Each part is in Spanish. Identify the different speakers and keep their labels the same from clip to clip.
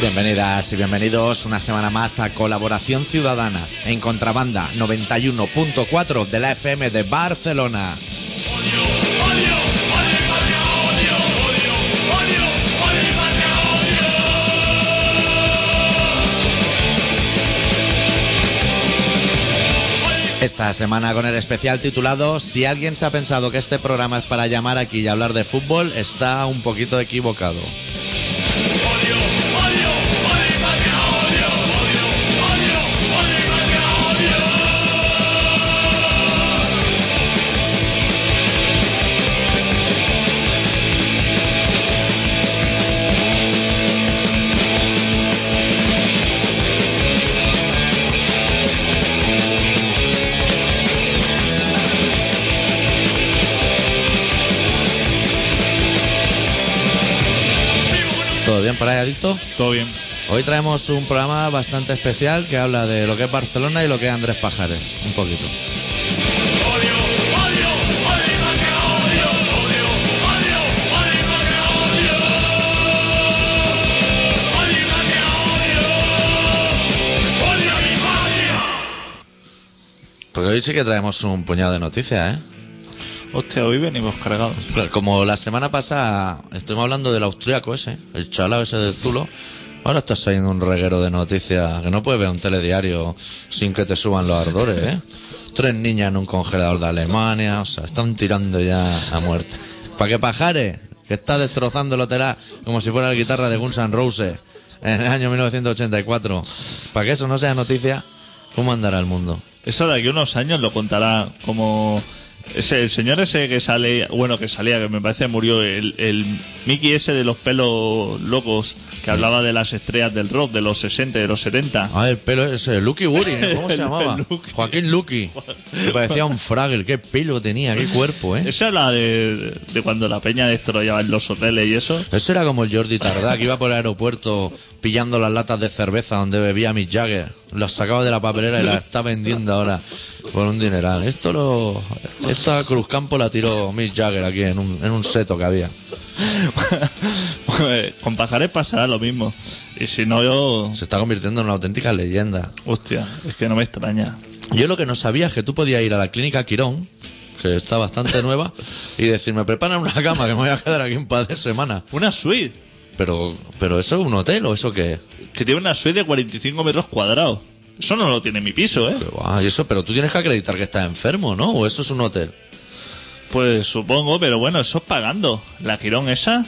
Speaker 1: Bienvenidas y bienvenidos una semana más a Colaboración Ciudadana en Contrabanda 91.4 de la FM de Barcelona. Esta semana con el especial titulado Si alguien se ha pensado que este programa es para llamar aquí y hablar de fútbol, está un poquito equivocado. ¿Todo bien por ahí, Adicto?
Speaker 2: Todo bien.
Speaker 1: Hoy traemos un programa bastante especial que habla de lo que es Barcelona y lo que es Andrés Pajares, un poquito. Porque hoy sí que traemos un puñado de noticias, ¿eh?
Speaker 2: Hostia, hoy venimos cargados.
Speaker 1: Claro, como la semana pasada estuvimos hablando del austriaco ese, el chalao ese del Zulo, ahora estás saliendo un reguero de noticias que no puedes ver un telediario sin que te suban los ardores, ¿eh? Tres niñas en un congelador de Alemania, o sea, están tirando ya a muerte. ¿Para qué pajares? Que está destrozando el hotel A como si fuera la guitarra de Guns N' Roses en el año 1984. Para que eso no sea noticia, ¿cómo andará el mundo?
Speaker 2: Eso de aquí a unos años lo contará como. Ese, el señor ese que sale, bueno, que salía, que me parece murió, el, el Mickey ese de los pelos locos, que hablaba de las estrellas del rock, de los 60, de los 70.
Speaker 1: Ah, el pelo ese, Lucky Woody, ¿no? ¿cómo se
Speaker 2: El- el
Speaker 1: llamaba?
Speaker 2: Lucky.
Speaker 1: Joaquín Lucky. Me parecía un fraggle, qué pelo tenía, qué cuerpo, ¿eh?
Speaker 2: Esa la de, de cuando la peña destrollaba en los hoteles y eso.
Speaker 1: Ese era como el Jordi Tardá, que iba por el aeropuerto pillando las latas de cerveza donde bebía Mick Jagger. Las sacaba de la papelera y las está vendiendo ahora por un dineral. Esto lo... Esta Cruzcampo la tiró Mick Jagger aquí en un, en un seto que había.
Speaker 2: Pues, Con pajares pasará lo mismo. Y si no, yo.
Speaker 1: Se está convirtiendo en una auténtica leyenda.
Speaker 2: Hostia, es que no me extraña.
Speaker 1: Yo lo que no sabía es que tú podías ir a la clínica Quirón, que está bastante nueva, y decir, me preparan una cama que me voy a quedar aquí un par de semanas.
Speaker 2: Una suite,
Speaker 1: Pero, pero eso es un hotel o eso qué es?
Speaker 2: que tiene una suite de 45 metros cuadrados. Eso no lo tiene mi piso, ¿eh?
Speaker 1: Pero, ah, y eso, pero tú tienes que acreditar que estás enfermo, ¿no? O eso es un hotel.
Speaker 2: Pues supongo, pero bueno, eso es pagando. La Quirón esa,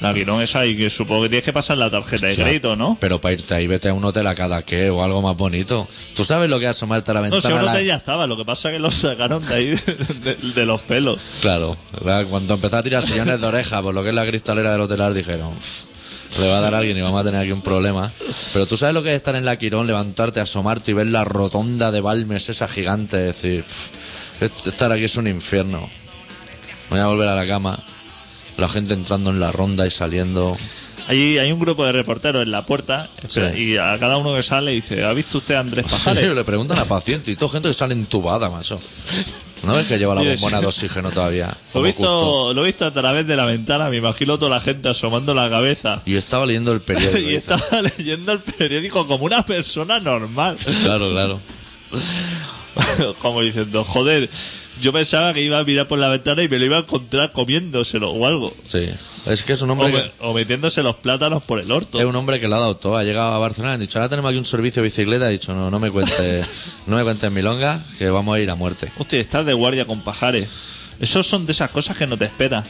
Speaker 2: la Quirón esa, y que supongo que tienes que pasar la tarjeta de
Speaker 1: Claro.
Speaker 2: crédito, ¿no?
Speaker 1: Pero para irte ahí, vete a un hotel a cada que o algo más bonito. ¿Tú sabes lo que es asomarte a la
Speaker 2: No,
Speaker 1: ventana?
Speaker 2: si
Speaker 1: a
Speaker 2: uno
Speaker 1: la-
Speaker 2: te ya estaba, lo que pasa es que lo sacaron de ahí, de, de los pelos.
Speaker 1: Claro, ¿verdad? cuando empezó a tirar sillones de oreja por lo que es la cristalera del hotelar, dijeron, "Pff, le va a dar a alguien y vamos a tener aquí un problema. Pero tú sabes lo que es estar en la Quirón, levantarte, asomarte y ver la rotonda de Balmes, esa gigante, decir, "Pff, est- estar aquí es un infierno. Voy a volver a la cama, la gente entrando en la ronda y saliendo.
Speaker 2: Allí hay un grupo de reporteros en la puerta, espera,
Speaker 1: Sí.
Speaker 2: y a cada uno que sale dice, ¿ha visto usted a Andrés Pajares?
Speaker 1: le preguntan a paciente y toda gente que sale entubada, macho. ¿No ves que lleva la
Speaker 2: Oye,
Speaker 1: bombona
Speaker 2: sí.
Speaker 1: de oxígeno todavía?
Speaker 2: Lo
Speaker 1: Como
Speaker 2: he,
Speaker 1: Cousteau.
Speaker 2: visto, lo he visto a través de la ventana, me imagino toda la gente asomando la cabeza.
Speaker 1: Y estaba leyendo el periódico.
Speaker 2: Y
Speaker 1: dice.
Speaker 2: estaba leyendo el periódico como una persona normal.
Speaker 1: Claro, claro.
Speaker 2: como diciendo, joder, yo pensaba que iba a mirar por la ventana y me lo iba a encontrar comiéndoselo o algo.
Speaker 1: Sí. Es que es un
Speaker 2: O,
Speaker 1: hombre que... Eh,
Speaker 2: me- o metiéndose los plátanos por el orto.
Speaker 1: Es un hombre que lo ha dado todo. Ha llegado a Barcelona y han dicho, ahora tenemos aquí un servicio de bicicleta. Ha dicho, no, no me cuentes, no me cuentes milonga, que vamos a ir a muerte.
Speaker 2: Hostia, estás de guardia con pajares. Esos son de esas cosas que no te esperas.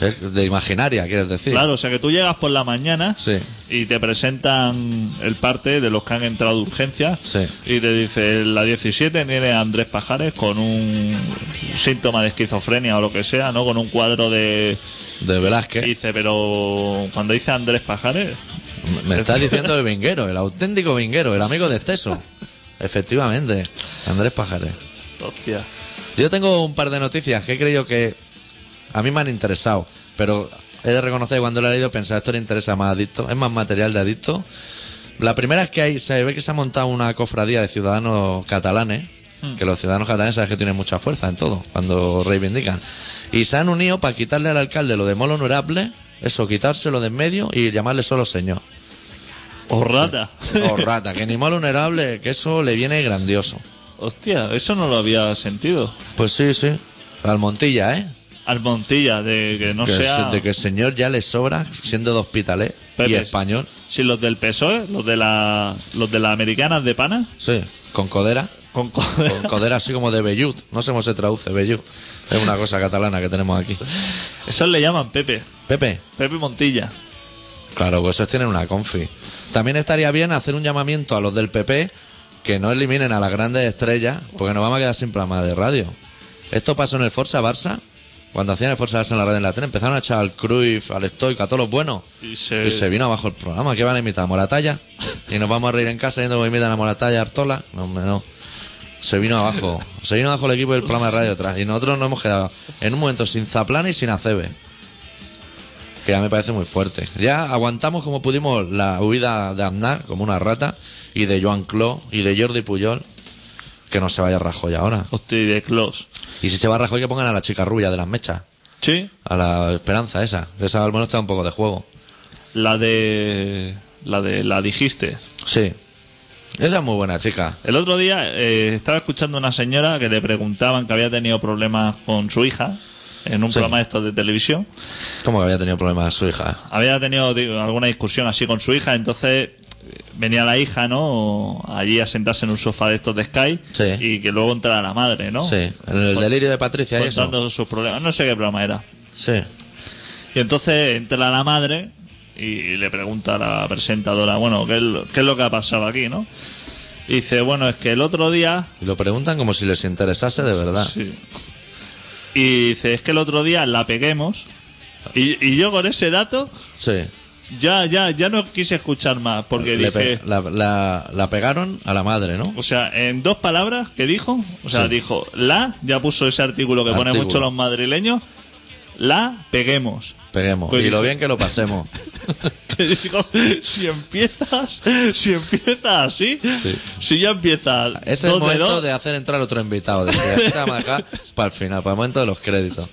Speaker 1: Es de imaginaria, quieres decir.
Speaker 2: Claro, o sea que tú llegas por la mañana
Speaker 1: Sí.
Speaker 2: y te presentan el parte de los que han entrado de urgencia
Speaker 1: Sí.
Speaker 2: y te dice la 17 tiene a Andrés Pajares con un síntoma de esquizofrenia o lo que sea, ¿no? Con un cuadro de...
Speaker 1: De Velázquez.
Speaker 2: Dice, pero cuando dice Andrés Pajares,
Speaker 1: Me está diciendo el vinguero, el auténtico vinguero, el amigo de Esteso. Efectivamente, Andrés Pajares.
Speaker 2: hostia.
Speaker 1: Yo tengo un par de noticias que he creído que a mí me han interesado, pero he de reconocer que cuando lo he leído pensaba esto le interesa más a Adicto, es más material de Adicto. La primera es que hay, se ve que se ha montado una cofradía de ciudadanos catalanes, que los ciudadanos catalanes sabes que tienen mucha fuerza en todo, cuando reivindican. Y se han unido para quitarle al alcalde lo de molo honorable, eso, quitárselo de en medio y llamarle solo señor.
Speaker 2: O rata.
Speaker 1: O Oh, rata, que animal vulnerable, que eso le viene grandioso.
Speaker 2: Hostia, eso no lo había sentido.
Speaker 1: Pues sí, sí. Al Montilla, ¿eh?
Speaker 2: Almontilla, de que no
Speaker 1: que
Speaker 2: sea.
Speaker 1: se- de que el señor ya le sobra siendo de hospitalet y
Speaker 2: Pepe.
Speaker 1: español.
Speaker 2: Si los del PSOE, E, los de la, los de las americanas de pana,
Speaker 1: Sí, con codera.
Speaker 2: con
Speaker 1: Con codera así como de vellut. No sé cómo se traduce vellut. Es una cosa catalana que tenemos aquí.
Speaker 2: Esos le llaman Pepe.
Speaker 1: Pepe,
Speaker 2: Pepe Montilla.
Speaker 1: Claro, pues esos tienen una confi. También estaría bien hacer un llamamiento a los del PP que no eliminen a las grandes estrellas, porque nos vamos a quedar sin programa de radio. Esto pasó en el Forza Barça. Cuando hacían el Forza Barça en la radio en la tele, empezaron a echar al Cruyff, al Stoic, a todos los buenos.
Speaker 2: Y se-
Speaker 1: Pues vino abajo el programa. ¿Qué van a imitar? ¿A Moratalla? Y nos vamos a reír en casa yendo que imitan a Moratalla, a Artola. No, hombre, no. Se vino abajo. Se vino abajo el equipo del programa de radio atrás. Y nosotros nos hemos quedado en un momento sin Zaplana y sin Acebe que ya me parece muy fuerte. Ya aguantamos como pudimos la huida de Aznar, como una rata, y de Joan Clos, y de Jordi Puyol, que no se vaya Rajoy ahora.
Speaker 2: Hostia, y de Clos.
Speaker 1: Y si se va Rajoy, que pongan a la chica rubia de las mechas,
Speaker 2: Sí.
Speaker 1: a la esperanza esa. Esa al menos está un poco de juego.
Speaker 2: La de. La de. La dijiste.
Speaker 1: Sí. Esa es muy buena chica.
Speaker 2: El otro día eh, estaba escuchando a una señora que le preguntaban que había tenido problemas con su hija en un
Speaker 1: Sí.
Speaker 2: programa de estos de televisión.
Speaker 1: Como que había tenido problemas su hija.
Speaker 2: Había tenido digo, alguna discusión así con su hija, entonces eh, venía la hija, ¿no? Allí a sentarse en un sofá de estos de Sky
Speaker 1: Sí.
Speaker 2: y que luego entrara la madre, ¿no?
Speaker 1: Sí. En el delirio de Patricia y eso.
Speaker 2: Contando sus problemas. No sé qué programa era.
Speaker 1: Sí.
Speaker 2: Y entonces entra la madre y le pregunta a la presentadora, bueno, ¿qué es lo, qué es lo que ha pasado aquí, no? Y dice, bueno, es que el otro día
Speaker 1: Y lo preguntan como si les interesase de verdad.
Speaker 2: Sí. Y dice, es que el otro día la peguemos. Y, y yo con ese dato
Speaker 1: Sí.
Speaker 2: ya, ya, ya no quise escuchar más. Porque
Speaker 1: Le
Speaker 2: dije,
Speaker 1: pe- la, la- la pegaron a la madre, ¿no?
Speaker 2: o sea, en dos palabras que dijo, o sea,
Speaker 1: Sí.
Speaker 2: dijo, la, ya puso ese artículo que ponen
Speaker 1: Artículo.
Speaker 2: mucho los madrileños, la peguemos.
Speaker 1: Peguemos.
Speaker 2: Pues
Speaker 1: y lo
Speaker 2: dice-
Speaker 1: bien que lo pasemos.
Speaker 2: Que digo, si empiezas, si empiezas así, si ya empiezas
Speaker 1: Es el
Speaker 2: dos de
Speaker 1: momento
Speaker 2: dos,
Speaker 1: de hacer entrar otro invitado. De que está más acá para el final, para el momento de los créditos.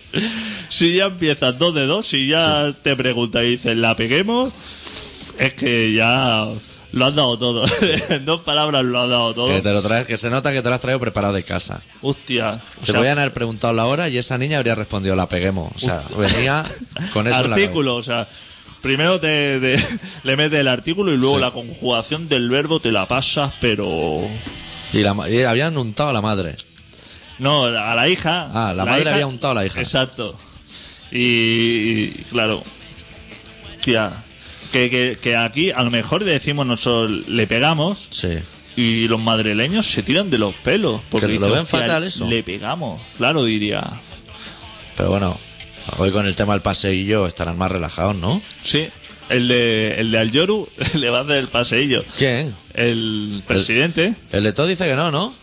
Speaker 2: Si ya empiezas dos de dos, si ya te preguntas y dices, ¿la peguemos? Es que ya lo has dado todo. en dos palabras lo has dado todo.
Speaker 1: Que te lo traes, que se nota que te lo has traído preparado de casa.
Speaker 2: Hostia. o
Speaker 1: Te
Speaker 2: sea,
Speaker 1: podían haber preguntado la hora y esa niña habría respondido, la peguemos. O sea, venía con eso en la
Speaker 2: artículo, o sea, primero te, te- le metes el artículo y luego
Speaker 1: Sí.
Speaker 2: la conjugación del verbo te la pasas, pero...
Speaker 1: cabeza. Y, la ma- y habían untado a la madre.
Speaker 2: No, a la hija.
Speaker 1: Ah, la madre había untado a la hija.
Speaker 2: Exacto. Y, y, claro. Hostia. Que, que, que aquí a lo mejor decimos nosotros le pegamos
Speaker 1: Sí.
Speaker 2: Y los madrileños se tiran de los pelos. Porque
Speaker 1: Que lo
Speaker 2: dicen,
Speaker 1: ven
Speaker 2: "Hostia,
Speaker 1: fatal eso".
Speaker 2: Le pegamos. Claro, diría.
Speaker 1: Pero bueno, hoy con el tema del paseillo estarán más relajados, ¿no?
Speaker 2: Sí. El de, el de Aljoru le va a hacer el paseillo.
Speaker 1: ¿Quién?
Speaker 2: El presidente.
Speaker 1: El de todo dice que no, ¿no?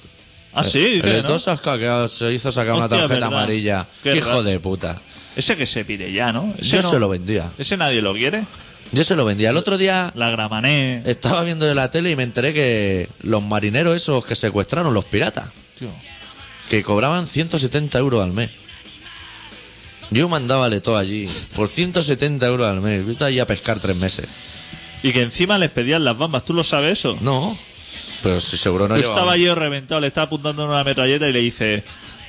Speaker 2: Ah, sí,
Speaker 1: El
Speaker 2: dice,
Speaker 1: de
Speaker 2: ¿no?
Speaker 1: todo se ha escaqueado, se hizo sacar una
Speaker 2: Hostia,
Speaker 1: tarjeta
Speaker 2: verdad.
Speaker 1: amarilla.
Speaker 2: Qué
Speaker 1: Qué hijo
Speaker 2: raro.
Speaker 1: de puta.
Speaker 2: Ese que se pide ya, ¿no? Ese
Speaker 1: Yo
Speaker 2: no-
Speaker 1: se lo vendía.
Speaker 2: Ese nadie lo quiere.
Speaker 1: Yo se lo vendía. El otro día
Speaker 2: La gramané.
Speaker 1: Estaba viendo de la tele y me enteré que los marineros esos que secuestraron, los piratas,
Speaker 2: Tío.
Speaker 1: que cobraban 170 euros al mes. Yo mandaba todo allí por 170 euros al mes. Yo estaba allí a pescar tres meses.
Speaker 2: Y que encima les pedían las bambas. ¿Tú lo sabes eso?
Speaker 1: No, pero si seguro no
Speaker 2: Yo
Speaker 1: llevaba.
Speaker 2: estaba yo reventado. Le estaba apuntando una metralleta y le dice...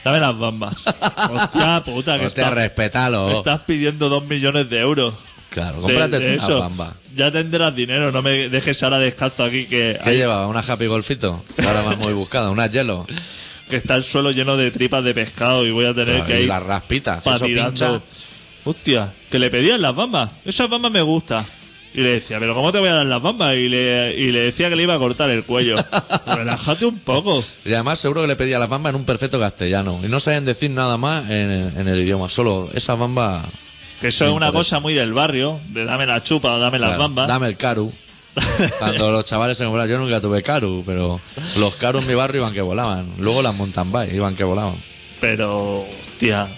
Speaker 2: Dame las bambas. Hostia puta, que
Speaker 1: Hostia,
Speaker 2: estás,
Speaker 1: respetalo.
Speaker 2: estás pidiendo dos millones de euros.
Speaker 1: Claro,
Speaker 2: De-
Speaker 1: Pues cómprate tú
Speaker 2: de
Speaker 1: una
Speaker 2: eso.
Speaker 1: bamba.
Speaker 2: Ya tendrás dinero, no me dejes ahora descalzo aquí que,
Speaker 1: ¿Qué
Speaker 2: hay-
Speaker 1: llevaba? ¿Una Happy Golfito? Que Ahora más muy buscada, una hielo.
Speaker 2: que está el suelo lleno de tripas de pescado y voy a tener
Speaker 1: y
Speaker 2: que ir
Speaker 1: las raspitas, que eso pincha.
Speaker 2: patinando. Hostia, que le pedían las bambas. Esas bambas me gustan. Y le decía, pero ¿cómo te voy a dar las bambas? Y le, y le decía que le iba a cortar el cuello. Relájate un poco.
Speaker 1: Y además seguro que le pedía las bambas en un perfecto castellano. Y no sabían decir nada más en, en el idioma. Solo esas bambas...
Speaker 2: Que eso es
Speaker 1: Me
Speaker 2: una
Speaker 1: interesa.
Speaker 2: cosa muy del barrio, de dame la chupa o dame las
Speaker 1: claro,
Speaker 2: bambas.
Speaker 1: Dame el caru. Cuando los chavales se compraban, yo nunca tuve caru, pero los caru en mi barrio iban que volaban. Luego las mountain bike iban que volaban.
Speaker 2: Pero, hostia,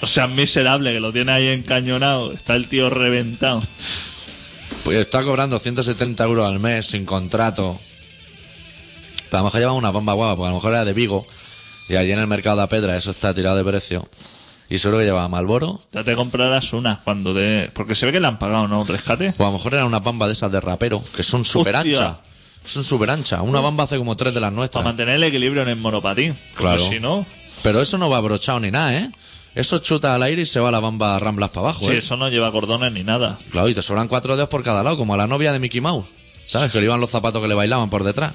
Speaker 2: o sea, es miserable que lo tiene ahí encañonado. Está el tío reventado.
Speaker 1: Pues está cobrando 170 euros al mes sin contrato. A lo mejor llevaba una bomba guapa, porque a lo mejor era de Vigo. Y allí en el mercado de Pedra eso está tirado de precio. Y seguro que llevaba Malboro.
Speaker 2: Ya te comprarás unas cuando te. Porque se ve que le han pagado, ¿no? Un rescate.
Speaker 1: O a lo mejor era una bamba de esas de rapero, que son súper anchas. Son súper anchas. Una bamba hace como tres de las
Speaker 2: Para
Speaker 1: nuestras.
Speaker 2: mantener el equilibrio en el monopatín. Porque
Speaker 1: Ah. Claro.
Speaker 2: Si no.
Speaker 1: Pero eso no va abrochado ni nada, ¿eh? Eso chuta al aire y se va la bamba ramblas para abajo,
Speaker 2: Si
Speaker 1: ¿eh?
Speaker 2: eso no lleva cordones ni nada.
Speaker 1: Claro, y te sobran cuatro dedos por cada lado, como a la novia de Mickey Mouse. ¿Sabes? Que le iban los zapatos que le bailaban por detrás.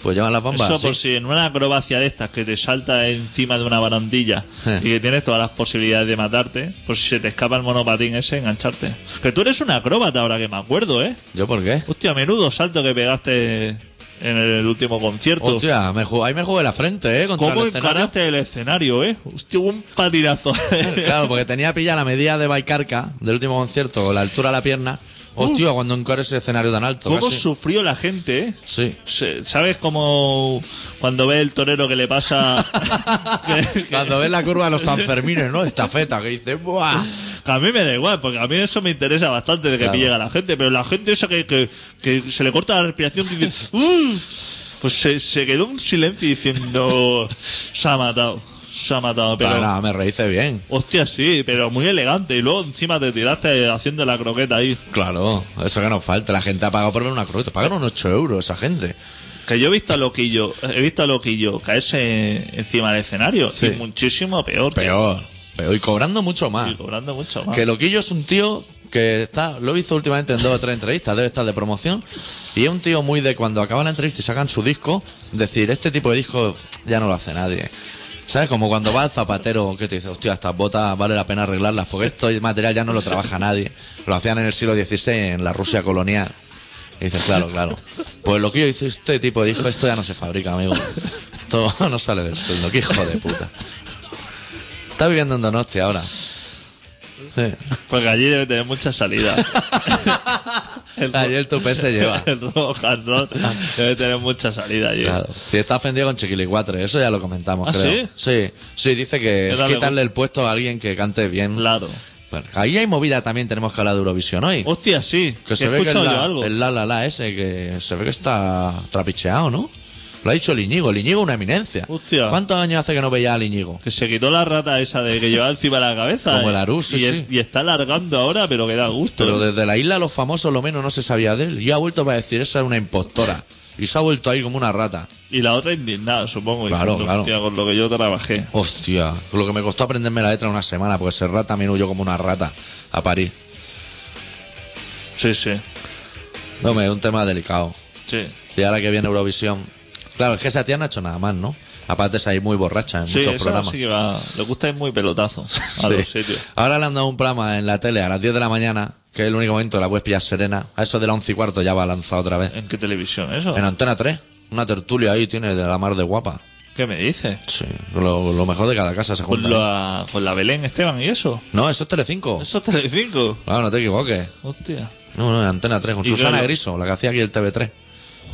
Speaker 1: Pues llevan las bambas
Speaker 2: Eso
Speaker 1: así.
Speaker 2: por si en una acrobacia de estas que te salta encima de una barandilla
Speaker 1: Eh.
Speaker 2: y que tienes todas las posibilidades de matarte, pues si se te escapa el monopatín ese, engancharte. Que tú eres un acróbata ahora que me acuerdo, ¿eh?
Speaker 1: ¿Yo por qué?
Speaker 2: Hostia, menudo salto que pegaste en el último concierto.
Speaker 1: Hostia, me ju- ahí me jugué la frente, ¿eh? Contra
Speaker 2: ¿Cómo
Speaker 1: el escenario.
Speaker 2: encaraste el escenario, eh? Hostia, un patinazo.
Speaker 1: Claro, porque tenía pillada la medida de Baicarca del último concierto, con la altura de la pierna. Hostia, cuando encaré ese escenario tan alto.
Speaker 2: ¿Cómo
Speaker 1: casi.
Speaker 2: sufrió la gente, eh?
Speaker 1: Sí.
Speaker 2: Se- ¿Sabes cómo cuando ve el torero que le pasa... que- que-
Speaker 1: Cuando ves la curva de los Sanfermines, ¿no? Esta feta que dice, ¡buah!
Speaker 2: Que a mí me da igual, porque a mí eso me interesa bastante de que
Speaker 1: Claro.
Speaker 2: pille a la gente, pero la gente esa que, que- que se le corta la respiración y dice, "Uh", pues se, se quedó un silencio diciendo, se ha matado, se ha matado, pero...
Speaker 1: Pero nada, me rehice bien.
Speaker 2: Hostia, sí, pero muy elegante. Y luego encima te tiraste haciendo la croqueta ahí.
Speaker 1: Claro, eso que nos falta. La gente ha pagado por ver una cruz. Pagaron 8 euros esa gente.
Speaker 2: Que yo he visto a Loquillo, he visto a Loquillo caerse encima del escenario.
Speaker 1: Sí.
Speaker 2: Y muchísimo peor. tío.
Speaker 1: Peor. Peor. Y cobrando mucho más.
Speaker 2: Y cobrando mucho más.
Speaker 1: Que Loquillo es un tío que está, lo he visto últimamente en dos o tres entrevistas, debe estar de promoción, y es un tío muy de cuando acaba la entrevista y sacan su disco, decir, este tipo de disco ya no lo hace nadie. ¿Sabes? Como cuando va al zapatero que te dice, hostia, estas botas vale la pena arreglarlas, porque este material ya no lo trabaja nadie. Lo hacían en el siglo XVI en la Rusia colonial. Y dices, claro, claro. Pues lo que yo hice este tipo de disco, esto ya no se fabrica, amigo. Esto no sale del suelo, qué hijo de puta. Está viviendo en Donostia ahora. Sí.
Speaker 2: Porque allí debe tener mucha salida. el,
Speaker 1: Allí Ah, el tupé se lleva.
Speaker 2: el rock and roll debe tener mucha salida allí.
Speaker 1: Claro. Y está ofendido con Chiquilicuatre, eso ya lo comentamos,
Speaker 2: ¿Ah,
Speaker 1: creo.
Speaker 2: sí?
Speaker 1: Sí, sí, dice que
Speaker 2: Que
Speaker 1: es
Speaker 2: dale
Speaker 1: quitarle el puesto a alguien que cante bien.
Speaker 2: Claro.
Speaker 1: Bueno, ahí hay movida también, tenemos que hablar de Eurovisión hoy.
Speaker 2: Hostia, sí.
Speaker 1: que se ve que el
Speaker 2: escuchado yo
Speaker 1: la,
Speaker 2: algo.
Speaker 1: el la la la ese, que se ve que está trapicheado, ¿no? Lo ha dicho Liñigo, Liñigo una eminencia.
Speaker 2: Hostia.
Speaker 1: ¿Cuántos años hace que no veía a Liñigo?
Speaker 2: Que se quitó la rata esa de que llevaba encima de la cabeza.
Speaker 1: Como
Speaker 2: eh.
Speaker 1: el Arús, sí,
Speaker 2: y,
Speaker 1: sí.
Speaker 2: y está largando ahora, pero que da gusto.
Speaker 1: Pero
Speaker 2: eh.
Speaker 1: desde la isla los famosos lo menos no se sabía de él. Y ha vuelto para decir, esa es una impostora. Y se ha vuelto ahí como una rata.
Speaker 2: Y la otra indignada, supongo.
Speaker 1: Claro,
Speaker 2: diciendo,
Speaker 1: claro.
Speaker 2: "Hostia, con lo que yo trabajé.
Speaker 1: Hostia, lo que me costó aprenderme la letra una semana, porque Serrat también huyó como una rata a París.
Speaker 2: Sí, sí.
Speaker 1: No, me es un tema delicado.
Speaker 2: Sí.
Speaker 1: Y ahora que viene Eurovisión. Claro, es que esa tía no ha hecho nada más, ¿no? Aparte es ahí muy borracha en
Speaker 2: Sí,
Speaker 1: muchos
Speaker 2: esa
Speaker 1: programas.
Speaker 2: sí que va. Le gusta ir muy pelotazo a
Speaker 1: Sí.
Speaker 2: los sitios.
Speaker 1: Ahora le han dado un programa en la tele a las 10 de la mañana, que es el único momento que la puedes pillar serena. A eso de las 11 y cuarto ya va lanzado otra vez.
Speaker 2: ¿En qué televisión eso?
Speaker 1: En Antena 3, una tertulia ahí tiene de la mar de guapa.
Speaker 2: ¿Qué me dices?
Speaker 1: Sí, lo, lo mejor de cada casa se
Speaker 2: Con
Speaker 1: junta.
Speaker 2: la, con la Belén Esteban y eso.
Speaker 1: No, eso es Telecinco.
Speaker 2: Eso Pues es Telecinco.
Speaker 1: Claro, no te equivoques.
Speaker 2: Hostia.
Speaker 1: No, no, en Antena 3, con
Speaker 2: Y
Speaker 1: Susana
Speaker 2: claro.
Speaker 1: Griso, la que hacía aquí el TV3.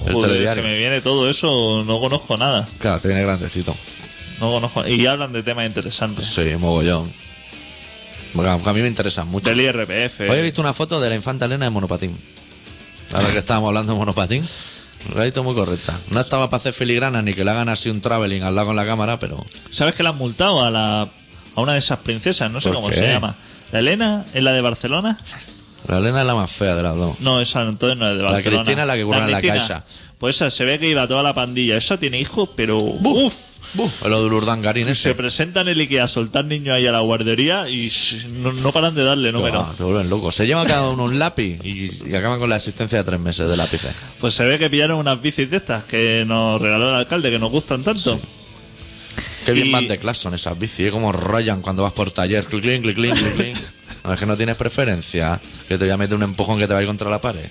Speaker 1: el
Speaker 2: Joder, es que
Speaker 1: telediario.
Speaker 2: me viene todo eso, no conozco nada.
Speaker 1: Claro, te viene grandecito.
Speaker 2: No conozco. Y hablan de temas interesantes.
Speaker 1: Sí, mogollón. Porque a a mí me interesan mucho.
Speaker 2: Del IRPF.
Speaker 1: Hoy he visto una foto de la infanta Elena de monopatín. Ahora que estábamos hablando de monopatín. La he visto muy correcta. No estaba para hacer filigranas ni que le hagan así un traveling al lado con la cámara, pero.
Speaker 2: ¿Sabes que la han multado a la a una de esas princesas? No sé
Speaker 1: ¿Por
Speaker 2: cómo
Speaker 1: qué?
Speaker 2: se llama. ¿La Elena es la de Barcelona?
Speaker 1: La Elena es la más fea de las dos.
Speaker 2: No, esa entonces no es de Barcelona.
Speaker 1: Cristina es la que curra en la
Speaker 2: Cristina.
Speaker 1: Caixa.
Speaker 2: Pues esa se ve que iba toda la pandilla. Esa tiene hijos, pero. ¡Uf!
Speaker 1: Buf, Lo del Urdangarín
Speaker 2: Se
Speaker 1: ese.
Speaker 2: presentan en el Ikea a soltar niños ahí a la guardería y s- no, no paran de darle números.
Speaker 1: Ah, se vuelven locos. Se lleva cada uno un lápiz y, y acaban con la existencia de tres meses de lápices.
Speaker 2: Pues se ve que pillaron unas bicis de estas que nos regaló el alcalde, que nos gustan tanto.
Speaker 1: Qué bien
Speaker 2: Y-
Speaker 1: van de clase son esas bicis, ¿eh? como rollan cuando vas por taller. Clic, clic, clic, clic, clic, clic. No es que no tienes preferencia, que te voy a meter un empujón que te va a ir contra la pared.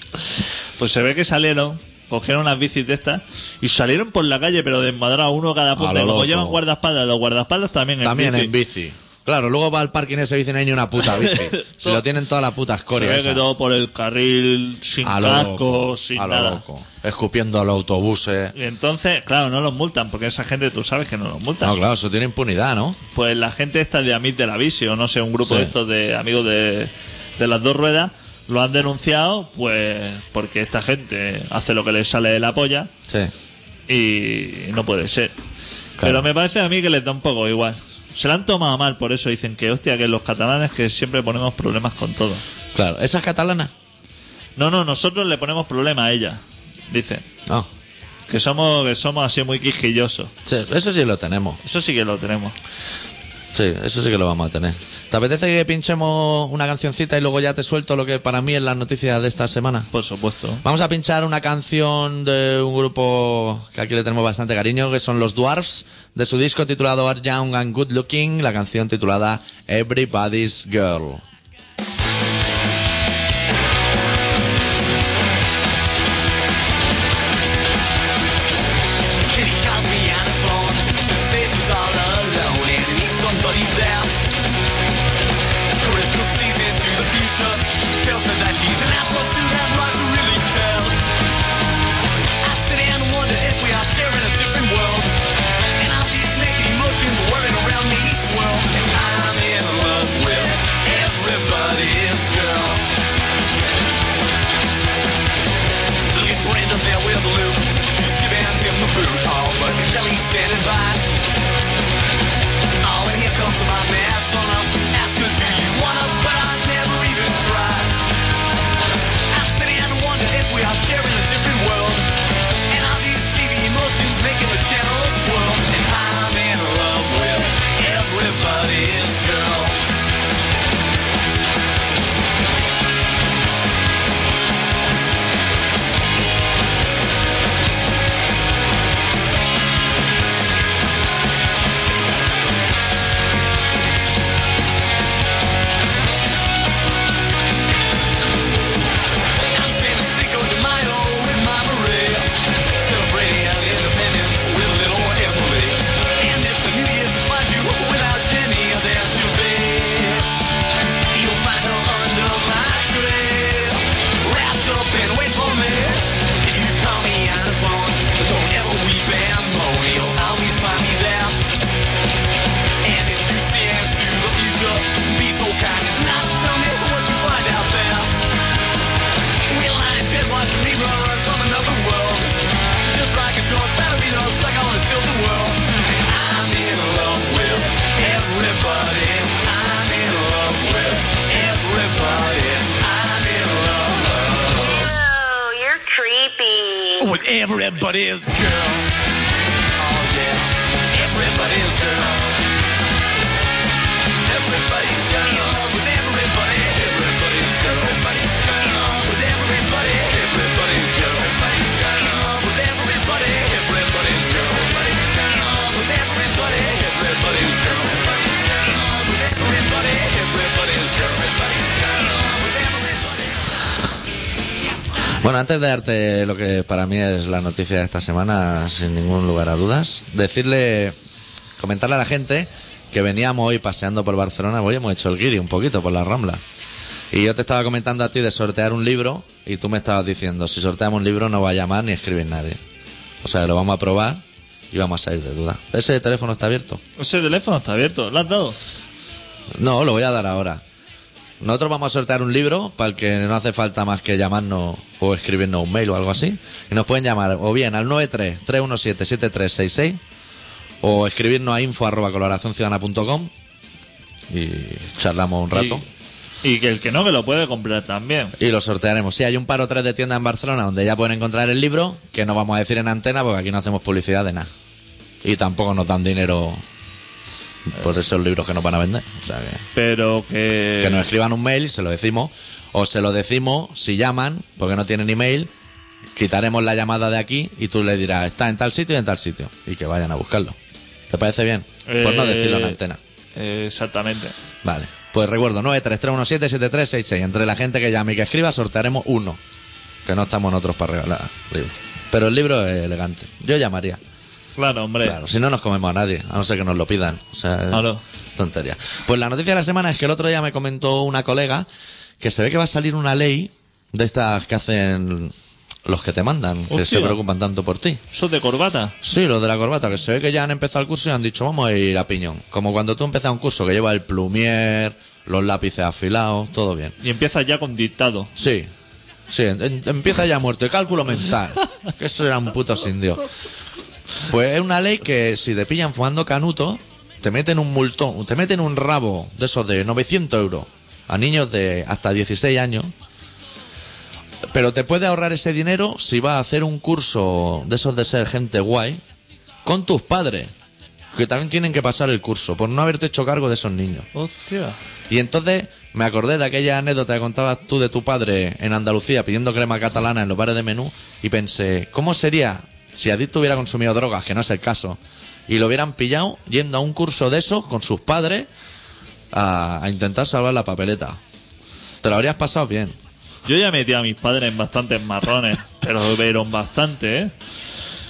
Speaker 2: Pues se ve que salieron, cogieron unas bicis de estas y salieron por la calle, pero desmadrados uno cada punta.
Speaker 1: lo
Speaker 2: Y como
Speaker 1: loco.
Speaker 2: llevan guardaespaldas, los guardaespaldas también en
Speaker 1: También
Speaker 2: bici.
Speaker 1: en bici. Claro, luego va al parking ese y dicen, hay ni una puta bici. si lo tienen toda la puta
Speaker 2: Se
Speaker 1: escoria.
Speaker 2: ve
Speaker 1: esa.
Speaker 2: que todo por el carril, sin
Speaker 1: A lo
Speaker 2: casco,
Speaker 1: loco,
Speaker 2: sin
Speaker 1: a lo
Speaker 2: nada.
Speaker 1: loco. Escupiendo a los autobuses.
Speaker 2: Y entonces, claro, no los multan, porque esa gente tú sabes que no los multan.
Speaker 1: No, claro, eso tiene impunidad, ¿no?
Speaker 2: Pues la gente esta de Amit de la Bici, o no sé, un grupo
Speaker 1: Sí.
Speaker 2: de estos de amigos de, de las dos ruedas, lo han denunciado, pues porque esta gente hace lo que les sale de la polla
Speaker 1: Sí.
Speaker 2: y no puede ser.
Speaker 1: Claro.
Speaker 2: Pero me parece a mí que les da un poco igual. Se la han tomado mal, por eso dicen que, hostia, que los catalanes que siempre ponemos problemas con todo.
Speaker 1: Claro, esa es catalana.
Speaker 2: No, no, nosotros le ponemos problemas a ella. Dice
Speaker 1: Ah,
Speaker 2: que somos, que somos así muy quisquillosos.
Speaker 1: sí, eso sí lo tenemos.
Speaker 2: Eso sí que lo tenemos.
Speaker 1: Sí, eso sí que lo vamos a tener. ¿Te apetece que pinchemos una cancioncita y luego ya te suelto lo que para mí es las noticias de esta semana?
Speaker 2: Por supuesto.
Speaker 1: Vamos a pinchar una canción de un grupo que aquí le tenemos bastante cariño, que son los Dwarfs, de su disco titulado Are Young and Good Looking, la canción titulada Everybody's Girl.
Speaker 3: Kitty can't be on the phone to say she's all alone and needs somebody there. Crystal sees into the future, tells me that she's an asshole shooter and Roger really cares. I sit and wonder if we are sharing a different world, and all these naked emotions whirling around me swirl. And I'm in love with everybody's girl. Leave Brenda there with Luke. She's giving him the boot. All but Kelly's standing by. Oh, and here comes my man. Son of ask her, do you want us? But I never even tried. I sit and wonder if we are sharing a different world. And all these TV emotions making the channels twirl. And I'm in love with everybody's girl. I've been Cinco de Mayo with my Maria, celebrating our independence with little Emily. And if the New Year's finds you without Jenny, there she'll be. You'll find her under my tree, wrapped up and wait for me. If you call me on the phone, don't ever weep and moan. You'll always find me there. And if you see into the future, be so kind as not to tell me what you find out there. We lie in bed watching reruns from another world. Just like a short ballerina stuck on a tilted world. I'm in love with everybody. I'm in love with everybody. I'm in love
Speaker 4: Ew, Oh, you're creepy.
Speaker 3: with everybody's girl. Oh yeah, everybody's girl. Everybody's girl. In love with everybody. Everybody's girl. Everybody's girl. In love with everybody. Everybody's girl. Everybody's girl. In love with everybody. Everybody's girl. Everybody's girl. In love with everybody. Everybody's girl. Everybody's girl. In love with everybody. Everybody's girl. Everybody's girl. In love with everybody.
Speaker 1: Bueno, antes de darte lo que para mí es la noticia de esta semana, sin ningún lugar a dudas, decirle, comentarle a la gente que veníamos hoy paseando por Barcelona, hoy hemos hecho el guiri un poquito por la Rambla. Y yo te estaba comentando a ti de sortear un libro y tú me estabas diciendo, si sorteamos un libro no va a llamar ni escribir nadie. O sea, lo vamos a probar y vamos a salir de duda. ¿Ese teléfono está abierto?
Speaker 2: Ese teléfono está abierto. ¿Lo has dado?
Speaker 1: No, lo voy a dar ahora. Nosotros vamos a sortear un libro para el que no hace falta más que llamarnos o escribirnos un mail o algo así. Y nos pueden llamar o bien al 93-317-7366 o escribirnos a info arroba coloracionciudadana.com y charlamos un rato.
Speaker 2: Y, y que el que no, que lo puede comprar también.
Speaker 1: Y lo sortearemos. Sí, hay un par o tres de tiendas en Barcelona donde ya pueden encontrar el libro, que no vamos a decir en antena porque aquí no hacemos publicidad de nada. Y tampoco nos dan dinero por esos libros que nos van a vender. O sea que...
Speaker 2: Pero
Speaker 1: Que nos escriban un mail, se lo decimos. O se lo decimos si llaman, porque no tienen email. Quitaremos la llamada de aquí y tú le dirás, está en tal sitio y en tal sitio. Y que vayan a buscarlo. ¿Te parece bien? Por Pues no
Speaker 2: Eh,
Speaker 1: decirlo en antena.
Speaker 2: eh, exactamente.
Speaker 1: Vale. Pues recuerdo, 933177366. Entre la gente que llame y que escriba, sortearemos uno. Que no estamos nosotros para regalar. libros. Pero el libro es elegante. Yo llamaría.
Speaker 2: Claro, hombre.
Speaker 1: Claro, si no nos comemos a nadie, a no ser que nos lo pidan. O sea,
Speaker 2: Claro.
Speaker 1: tontería. Pues la noticia de la semana es que el otro día me comentó una colega que se ve que va a salir una ley de estas que hacen los que te mandan, que se
Speaker 2: Hostia.
Speaker 1: preocupan tanto por ti.
Speaker 2: ¿Eso es de corbata?
Speaker 1: Sí, los de la corbata, que se ve que ya han empezado el curso y han dicho, vamos a ir a piñón. Como cuando tú empiezas un curso que lleva el plumier, los lápices afilados, todo bien.
Speaker 2: Y empieza ya con dictado.
Speaker 1: Sí, sí, en- en- empieza ya muerto. El cálculo mental. Que eso era un puto sin Dios. Pues es una ley que si te pillan fumando canuto, te meten un multón, te meten un rabo de esos de 900 euros a niños de hasta 16 años. Pero te puede ahorrar ese dinero si vas a hacer un curso de esos de ser gente guay con tus padres, que también tienen que pasar el curso por no haberte hecho cargo de esos niños.
Speaker 2: Hostia.
Speaker 1: Y entonces me acordé de aquella anécdota que contabas tú de tu padre en Andalucía pidiendo crema catalana en los bares de menú y pensé, ¿cómo sería si Adicto hubiera consumido drogas, que no es el caso, y lo hubieran pillado yendo a un curso de esos con sus padres a, a intentar salvar la papeleta? Te lo habrías pasado bien.
Speaker 2: Yo ya metí a mis padres en bastantes marrones, pero vieron bastante, ¿eh?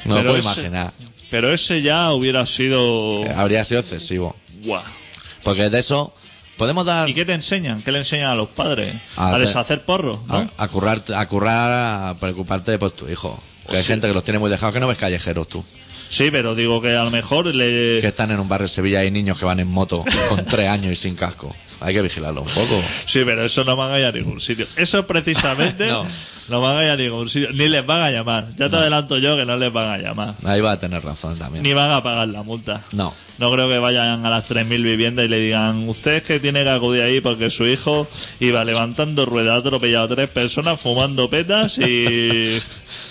Speaker 1: No lo
Speaker 2: Pero
Speaker 1: puedo
Speaker 2: ese-
Speaker 1: imaginar.
Speaker 2: Pero ese ya hubiera sido.
Speaker 1: Eh, Habría sido excesivo.
Speaker 2: Guau.
Speaker 1: Porque de eso podemos dar
Speaker 2: ¿Y qué te enseñan? ¿Qué le enseñan a los padres?
Speaker 1: A Ah.
Speaker 2: a
Speaker 1: ver.
Speaker 2: deshacer porros, ¿no?
Speaker 1: a, a currar, a currar, a preocuparte por tu hijo. Que hay
Speaker 2: Hostia.
Speaker 1: gente que los tiene muy dejados que no ves callejeros tú.
Speaker 2: Sí, pero digo que a lo mejor le.
Speaker 1: que están en un barrio de Sevilla hay niños que van en moto con tres años y sin casco. Hay que vigilarlo un poco.
Speaker 2: Sí, pero eso no van a ir a ningún sitio. Eso precisamente
Speaker 1: No.
Speaker 2: no. van a ir a ningún sitio. Ni les van a llamar. Ya te adelanto yo que no les van a llamar.
Speaker 1: Ahí va a tener razón también.
Speaker 2: Ni van a pagar la multa.
Speaker 1: No.
Speaker 2: No creo que vayan a las 3.000 viviendas y le digan, usted es que tiene que acudir ahí porque su hijo iba levantando ruedas, ha atropellado a tres personas, fumando petas y...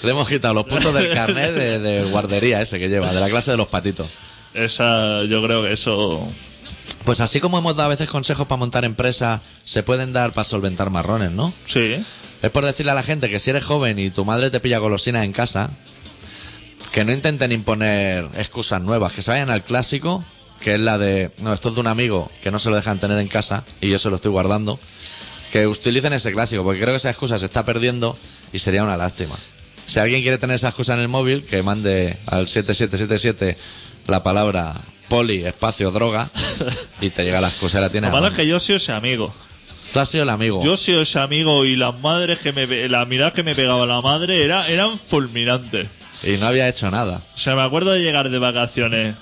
Speaker 1: Le hemos quitado los puntos del carnet de, de guardería ese que lleva, de la clase de los patitos.
Speaker 2: Esa, yo creo que eso...
Speaker 1: Pues así como hemos dado a veces consejos para montar empresas, se pueden dar para solventar marrones, ¿no?
Speaker 2: Sí. ¿eh?
Speaker 1: Es por decirle a la gente que si eres joven y tu madre te pilla golosinas en casa, que no intenten imponer excusas nuevas, que se vayan al clásico, que es la de, no, esto es de un amigo que no se lo dejan tener en casa y yo se lo estoy guardando, que utilicen ese clásico, porque creo que esa excusa se está perdiendo y sería una lástima. Si alguien quiere tener esa excusa en el móvil, que mande al 7777 la palabra poli, espacio, droga, y te llega la excusa y la
Speaker 2: Lo
Speaker 1: tienes. a
Speaker 2: malo es
Speaker 1: mano.
Speaker 2: que yo soy ese amigo.
Speaker 1: Tú has sido el amigo.
Speaker 2: Yo soy ese amigo y las madres que me... pe- Las miradas que me pegaba la madre era, eran fulminantes.
Speaker 1: Y no había hecho nada.
Speaker 2: O sea, me acuerdo de llegar de vacaciones,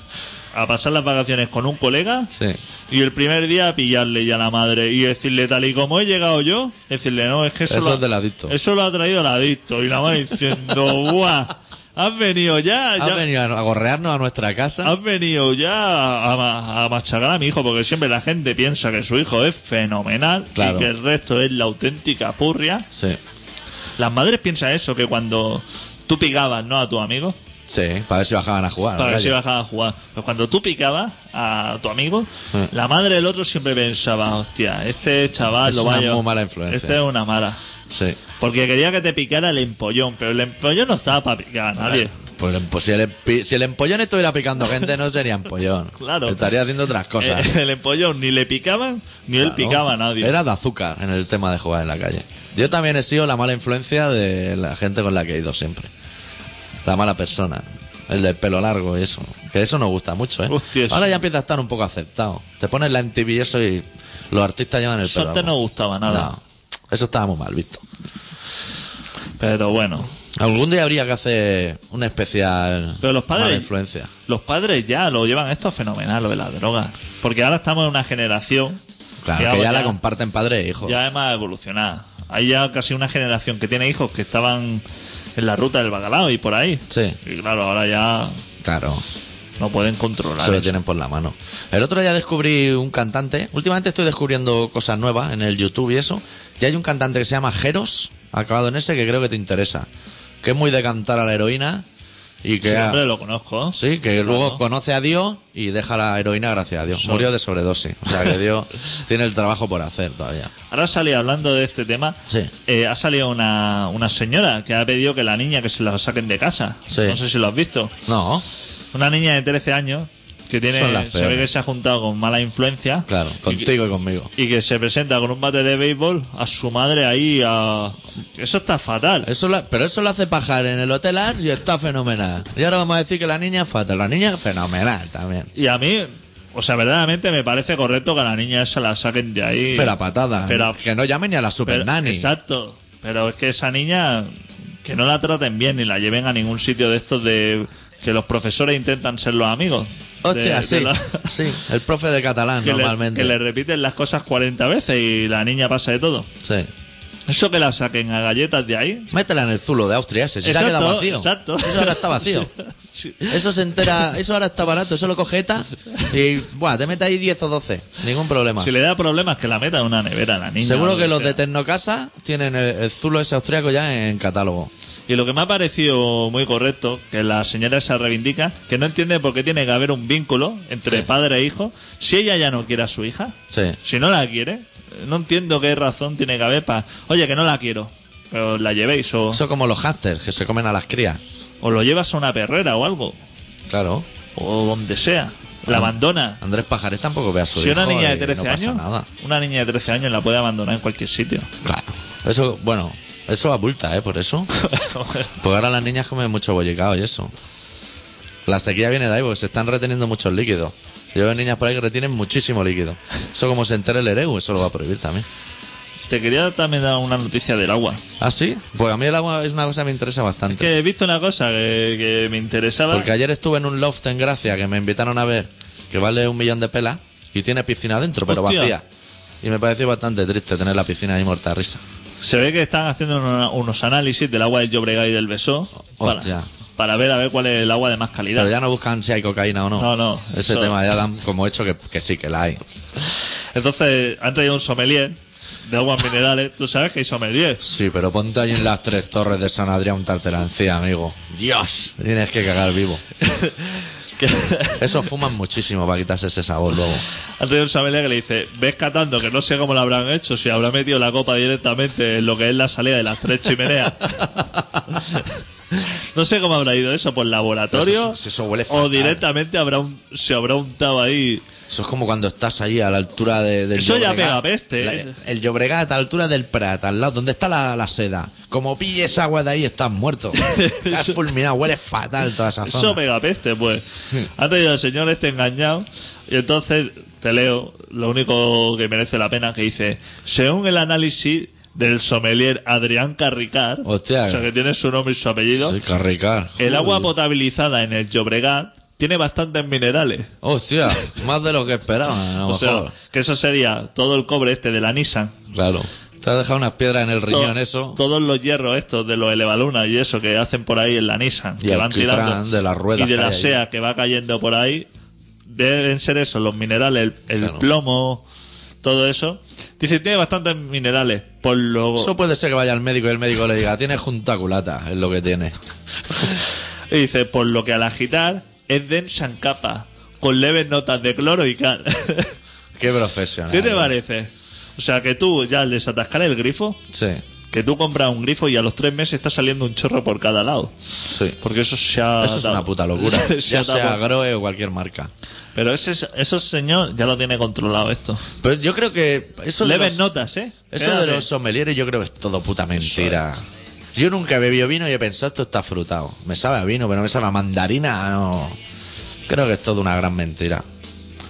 Speaker 2: a pasar las vacaciones con un colega
Speaker 1: Sí.
Speaker 2: y el primer día pillarle ya la madre y decirle tal y como he llegado yo, decirle no, es que eso,
Speaker 1: Eso
Speaker 2: lo,
Speaker 1: es del adicto.
Speaker 2: Eso lo ha traído el adicto y la madre diciendo, guau, has venido ya,
Speaker 1: Has
Speaker 2: ya. Ah.
Speaker 1: venido Ah, a a gorrearnos a nuestra casa.
Speaker 2: Has venido ya a, ma- a machacar a mi hijo, porque siempre la gente piensa que su hijo es fenomenal
Speaker 1: Claro.
Speaker 2: y que el resto es la auténtica purria.
Speaker 1: Sí,
Speaker 2: Las madres piensan eso, que cuando tú picabas ¿no? a tu amigo,
Speaker 1: sí, para ver si bajaban a jugar.
Speaker 2: para
Speaker 1: a la
Speaker 2: ver si
Speaker 1: calle.
Speaker 2: bajaba a jugar. Pero cuando tú picabas a tu amigo,
Speaker 1: Sí.
Speaker 2: la madre del otro siempre pensaba, hostia, este chaval
Speaker 1: Es
Speaker 2: lo
Speaker 1: una
Speaker 2: vaya.
Speaker 1: muy mala influencia.
Speaker 2: Este es una mala.
Speaker 1: Sí.
Speaker 2: Porque quería que te picara el empollón, pero el empollón no estaba para picar a nadie.
Speaker 1: Pues, pues, si, el, empi- si el empollón estuviera picando gente, no sería empollón.
Speaker 2: Claro.
Speaker 1: Estaría haciendo otras cosas.
Speaker 2: Eh, el empollón ni le picaban, ni él
Speaker 1: Claro.
Speaker 2: picaba a nadie.
Speaker 1: Era de azúcar en el tema de jugar en la calle. Yo también he sido la mala influencia de la gente con la que he ido siempre. La mala persona. El del pelo largo y eso. Que eso nos gusta mucho, ¿eh?
Speaker 2: Hostia,
Speaker 1: Ahora
Speaker 2: sí.
Speaker 1: ya empieza a estar un poco aceptado. Te pones la MTV y eso y los artistas llevan el
Speaker 2: Eso
Speaker 1: pelo
Speaker 2: antes no
Speaker 1: largo.
Speaker 2: gustaba nada.
Speaker 1: No, eso estaba muy mal visto.
Speaker 2: Pero bueno,
Speaker 1: Algún día habría que hacer un especial
Speaker 2: Pero los padres-
Speaker 1: mala influencia.
Speaker 2: los padres ya lo llevan esto fenomenal, lo de la droga. Porque ahora estamos en una generación.
Speaker 1: Claro, que
Speaker 2: ahora
Speaker 1: ya la comparten padre e hijo.
Speaker 2: Ya es más evolucionada. Hay ya casi una generación que tiene hijos que estaban en la ruta del bacalao y por ahí.
Speaker 1: Sí.
Speaker 2: Y claro, ahora ya
Speaker 1: Claro,
Speaker 2: no pueden controlar.
Speaker 1: se lo
Speaker 2: eso.
Speaker 1: tienen por la mano. El otro día descubrí un cantante. Últimamente estoy descubriendo cosas nuevas en el YouTube y eso. Y hay un cantante que se llama Jeros, acabado en ese, que creo que te interesa. Que es muy de cantar a la heroína y que...
Speaker 2: Sí,
Speaker 1: ha-
Speaker 2: hombre, lo conozco.
Speaker 1: Sí, que
Speaker 2: Claro.
Speaker 1: luego conoce a Dios y deja la heroína gracias a Dios. Murió de sobredosis. O sea que Dios tiene el trabajo por hacer todavía.
Speaker 2: Ahora sale hablando de este tema.
Speaker 1: Sí.
Speaker 2: eh, ha salido una, una señora que ha pedido que la niña que se la saquen de casa.
Speaker 1: Sí.
Speaker 2: No sé si lo has visto.
Speaker 1: No,
Speaker 2: Una niña de 13 años que tiene.
Speaker 1: Son las
Speaker 2: Se ve
Speaker 1: peores.
Speaker 2: que se ha juntado con mala influencia.
Speaker 1: claro,
Speaker 2: Y que-
Speaker 1: contigo y conmigo.
Speaker 2: Y que se presenta con un bate de béisbol a su madre ahí a... Eso está fatal.
Speaker 1: Eso lo- pero eso lo hace pajar en el Hotel Ars y está fenomenal. Y ahora vamos a decir que la niña es fatal. La niña es fenomenal también.
Speaker 2: Y a mí, o sea, verdaderamente me parece correcto que a la niña esa la saquen de ahí.
Speaker 1: Pero a patada.
Speaker 2: Pero-
Speaker 1: que no llamen ni a la super
Speaker 2: Pero-
Speaker 1: nani.
Speaker 2: Exacto. Pero es que esa niña, que no la traten bien ni la lleven a ningún sitio de estos de que los profesores intentan ser los amigos.
Speaker 1: Hostia,
Speaker 2: De-
Speaker 1: sí.
Speaker 2: de la-
Speaker 1: Sí, el profe de catalán
Speaker 2: que, le,
Speaker 1: normalmente.
Speaker 2: que le repiten las cosas 40 veces y la niña pasa de todo.
Speaker 1: Sí.
Speaker 2: Eso que la saquen a galletas de ahí.
Speaker 1: Métela en el zulo de Austria ese. Si se ha
Speaker 2: Exacto,
Speaker 1: quedado vacío.
Speaker 2: exacto.
Speaker 1: Eso ahora está vacío. Eso se entera, eso ahora está barato, eso lo cogeta y buah, te mete ahí 10 o 12, ningún problema.
Speaker 2: Si le da problemas, que la meta en una nevera a la niña.
Speaker 1: Ah. Seguro
Speaker 2: o
Speaker 1: que los
Speaker 2: sea.
Speaker 1: de Tecnocasa tienen el, el zulo ese austriaco ya en, catálogo.
Speaker 2: Y lo que me ha parecido muy correcto, que la señora se reivindica, que no entiende por qué tiene que haber un vínculo entre
Speaker 1: Sí.
Speaker 2: padre e hijo, si ella ya no quiere a su hija,
Speaker 1: Sí.
Speaker 2: si no la quiere, no entiendo qué razón tiene que haber para, oye, que no la quiero, pero la llevéis o,
Speaker 1: Eso como los hásters que se comen a las crías.
Speaker 2: o lo llevas a una perrera o algo,
Speaker 1: Claro.
Speaker 2: o donde sea, la abandona.
Speaker 1: Andrés Pajarés tampoco ve a Ah, su
Speaker 2: Si
Speaker 1: hijo
Speaker 2: una niña
Speaker 1: y
Speaker 2: de 13
Speaker 1: no pasa
Speaker 2: años,
Speaker 1: nada.
Speaker 2: una niña de 13 años la puede abandonar en cualquier sitio.
Speaker 1: Claro. Eso, bueno, eso abulta, ¿eh? Por eso. Porque ahora las niñas comen mucho bollicao y eso. La sequía viene de ahí porque se están reteniendo muchos líquidos. Yo veo niñas por ahí que retienen muchísimo líquido. Eso como se entere el EREU, eso lo va a prohibir también.
Speaker 2: Te quería también dar una noticia del agua.
Speaker 1: ¿Ah, sí? Pues a mí el agua es una cosa que me interesa bastante.
Speaker 2: Que he visto una cosa que, que me interesaba.
Speaker 1: Porque ayer estuve en un loft en Gracia que me invitaron a ver, que vale un millón de pelas y tiene piscina adentro, pero
Speaker 2: Hostia.
Speaker 1: vacía. Y me pareció bastante triste tener la piscina ahí muerta de risa.
Speaker 2: Se ve que están haciendo una- unos análisis del agua del Llobregat y del Besó para,
Speaker 1: Hostia.
Speaker 2: para ver a ver cuál es el agua de más calidad.
Speaker 1: Pero ya no buscan si hay cocaína o no.
Speaker 2: No, no,
Speaker 1: Ese
Speaker 2: eso-
Speaker 1: tema ya dan como hecho que, que sí, que la hay.
Speaker 2: Entonces han traído un sommelier de aguas minerales. Tú sabes que hay sommelier.
Speaker 1: Sí, pero ponte ahí en las tres torres de San Adrián un tartel encía, amigo. Dios. Tienes que cagar vivo.
Speaker 2: Que
Speaker 1: Eso fuman muchísimo para quitarse ese sabor luego.
Speaker 2: han traído un sommelier que le dice, ves catando, que no sé cómo lo habrán hecho, si habrá metido la copa directamente en lo que es la salida de las tres chimeneas. No sé cómo habrá ido eso, por laboratorio
Speaker 1: Eso- eso- eso huele
Speaker 2: o
Speaker 1: fatal.
Speaker 2: directamente habrá un, se habrá untado ahí
Speaker 1: Eso es como cuando estás ahí a la altura de, del
Speaker 2: Eso ya
Speaker 1: Llobregat.
Speaker 2: pega peste,
Speaker 1: La-
Speaker 2: ¿eh?
Speaker 1: el Llobregat a la altura del Prat, al lado donde está la, la seda. Como pilles agua de ahí, estás muerto. Estás fulminado, huele fatal toda esa
Speaker 2: Eso
Speaker 1: zona.
Speaker 2: pega peste, pues. Ha traído al señor este engañado. Y entonces te leo lo único que merece la pena que dice, según el análisis del sommelier Adrián Carricar,
Speaker 1: Hostia.
Speaker 2: o sea que tiene su nombre y su apellido,
Speaker 1: Sí, carricar.
Speaker 2: el agua potabilizada en el Llobregat tiene bastantes minerales.
Speaker 1: Hostia, más de lo que esperaba. a lo
Speaker 2: O sea,
Speaker 1: mejor.
Speaker 2: que eso sería todo el cobre este de la Nissan.
Speaker 1: Claro. Te has dejado unas piedras en el
Speaker 2: to-
Speaker 1: riñón, eso.
Speaker 2: Todos los hierros estos de los elevalunas y eso que hacen por ahí en la Nissan.
Speaker 1: Y
Speaker 2: que
Speaker 1: el
Speaker 2: van
Speaker 1: quitrán
Speaker 2: tirando.
Speaker 1: de las ruedas
Speaker 2: Y de
Speaker 1: que
Speaker 2: la
Speaker 1: hay ahí.
Speaker 2: SEA que va cayendo por ahí. Deben ser eso, los minerales, el, el
Speaker 1: Claro.
Speaker 2: plomo, todo eso. Dice, tiene bastantes minerales. Por lo.
Speaker 1: Eso puede ser que vaya al médico y el médico le diga, tienes juntaculata, es lo que tiene.
Speaker 2: y dice, por lo que al agitar es densa en capa, con leves notas de cloro y cal.
Speaker 1: Qué profesional.
Speaker 2: ¿Qué te parece? O sea, que tú ya al desatascar el grifo,
Speaker 1: Sí,
Speaker 2: que tú compras un grifo y a los tres meses está saliendo un chorro por cada lado.
Speaker 1: sí.
Speaker 2: Porque eso se ha
Speaker 1: Eso es
Speaker 2: dado.
Speaker 1: una puta locura.
Speaker 2: Se
Speaker 1: ya
Speaker 2: ha dado.
Speaker 1: sea Groe o cualquier marca.
Speaker 2: Pero ese, ese señor ya lo tiene controlado esto.
Speaker 1: Pero Pues yo creo que eso de
Speaker 2: Leves
Speaker 1: los,
Speaker 2: notas, ¿eh?
Speaker 1: eso de
Speaker 2: Quédate.
Speaker 1: los sommeliers yo creo que es todo puta mentira. Yo nunca he bebido vino y he pensado esto está frutado. Me sabe a vino, pero me sabe a mandarina, no. Creo que es todo una gran mentira.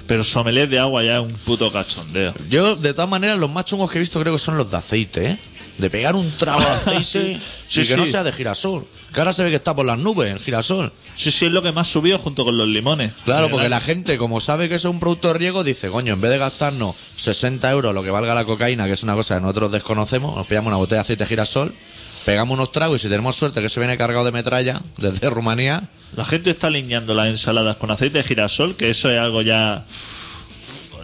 Speaker 2: Pero sommelier de agua ya es un puto cachondeo.
Speaker 1: Yo, de todas maneras, los más chungos que he visto creo que son los de aceite, ¿eh? De pegar un trago de aceite
Speaker 2: Sí, sí,
Speaker 1: y que no
Speaker 2: sí.
Speaker 1: sea de girasol. Que ahora se ve que está por las nubes, el girasol.
Speaker 2: Sí, sí, es lo que más subió junto con los limones.
Speaker 1: Claro, porque
Speaker 2: General.
Speaker 1: la gente, como sabe que eso es un producto de riego, dice, coño, en vez de gastarnos 60 euros lo que valga la cocaína, que es una cosa que nosotros desconocemos, nos pillamos una botella de aceite de girasol, pegamos unos tragos y si tenemos suerte que eso viene cargado de metralla desde Rumanía,
Speaker 2: La gente está alineando las ensaladas con aceite de girasol, que eso es algo ya.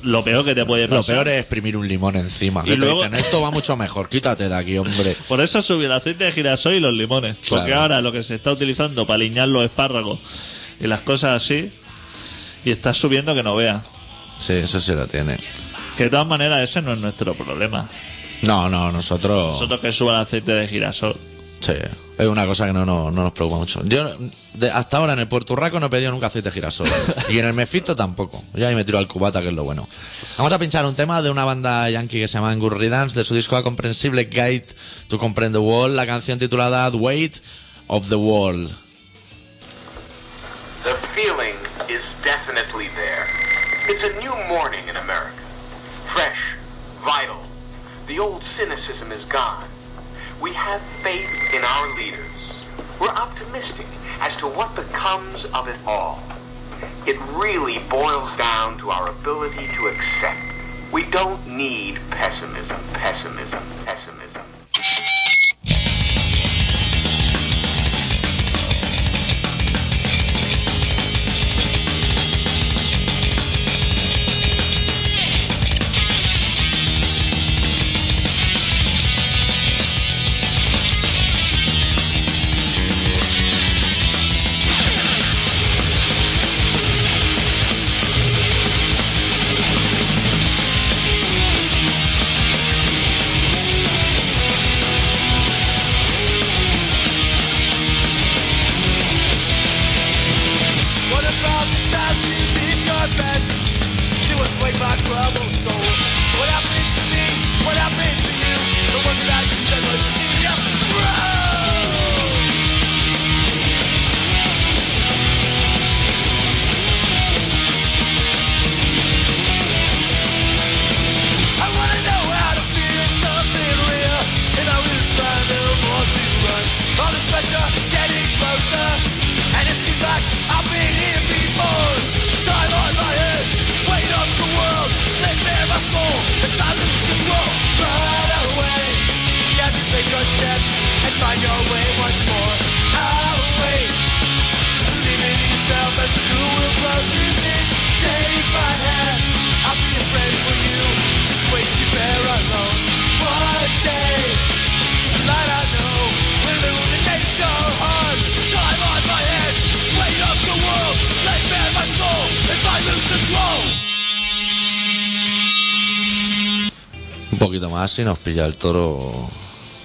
Speaker 2: Lo peor que te puede
Speaker 1: lo
Speaker 2: pasar.
Speaker 1: peor es exprimir un limón encima.
Speaker 2: Y
Speaker 1: Que te
Speaker 2: luego-
Speaker 1: dicen, esto va mucho mejor, quítate de aquí, hombre.
Speaker 2: Por eso subió el aceite de girasol y los limones. Porque
Speaker 1: Claro.
Speaker 2: ahora lo que se está utilizando para alinear los espárragos y las cosas así. Y está subiendo que no veas.
Speaker 1: Sí, eso sí lo tiene.
Speaker 2: Que de todas maneras ese no es nuestro problema.
Speaker 1: No, no, nosotros...
Speaker 2: Nosotros que suba el aceite de girasol.
Speaker 1: Sí, es una cosa que no, no, no nos preocupa mucho. Yo de- hasta ahora en el Puerturraco no he pedido nunca aceite de girasol. y en el Mefisto tampoco. Yo ahí me tiro al cubata, que es lo bueno. Vamos a pinchar un tema de una banda yankee que se llama Angus Dance, de su disco comprensible Guide to Comprehend the World, la canción titulada The Weight of the World.
Speaker 5: The feeling is definitely there. It's a new morning in America. Fresh, vital. The old cynicism is gone. We have faith in our leaders. We're optimistic as to what becomes of it all. It really boils down to our ability to accept. We don't need pessimism, pessimism, pessimism.
Speaker 1: poquito más y nos pilla el toro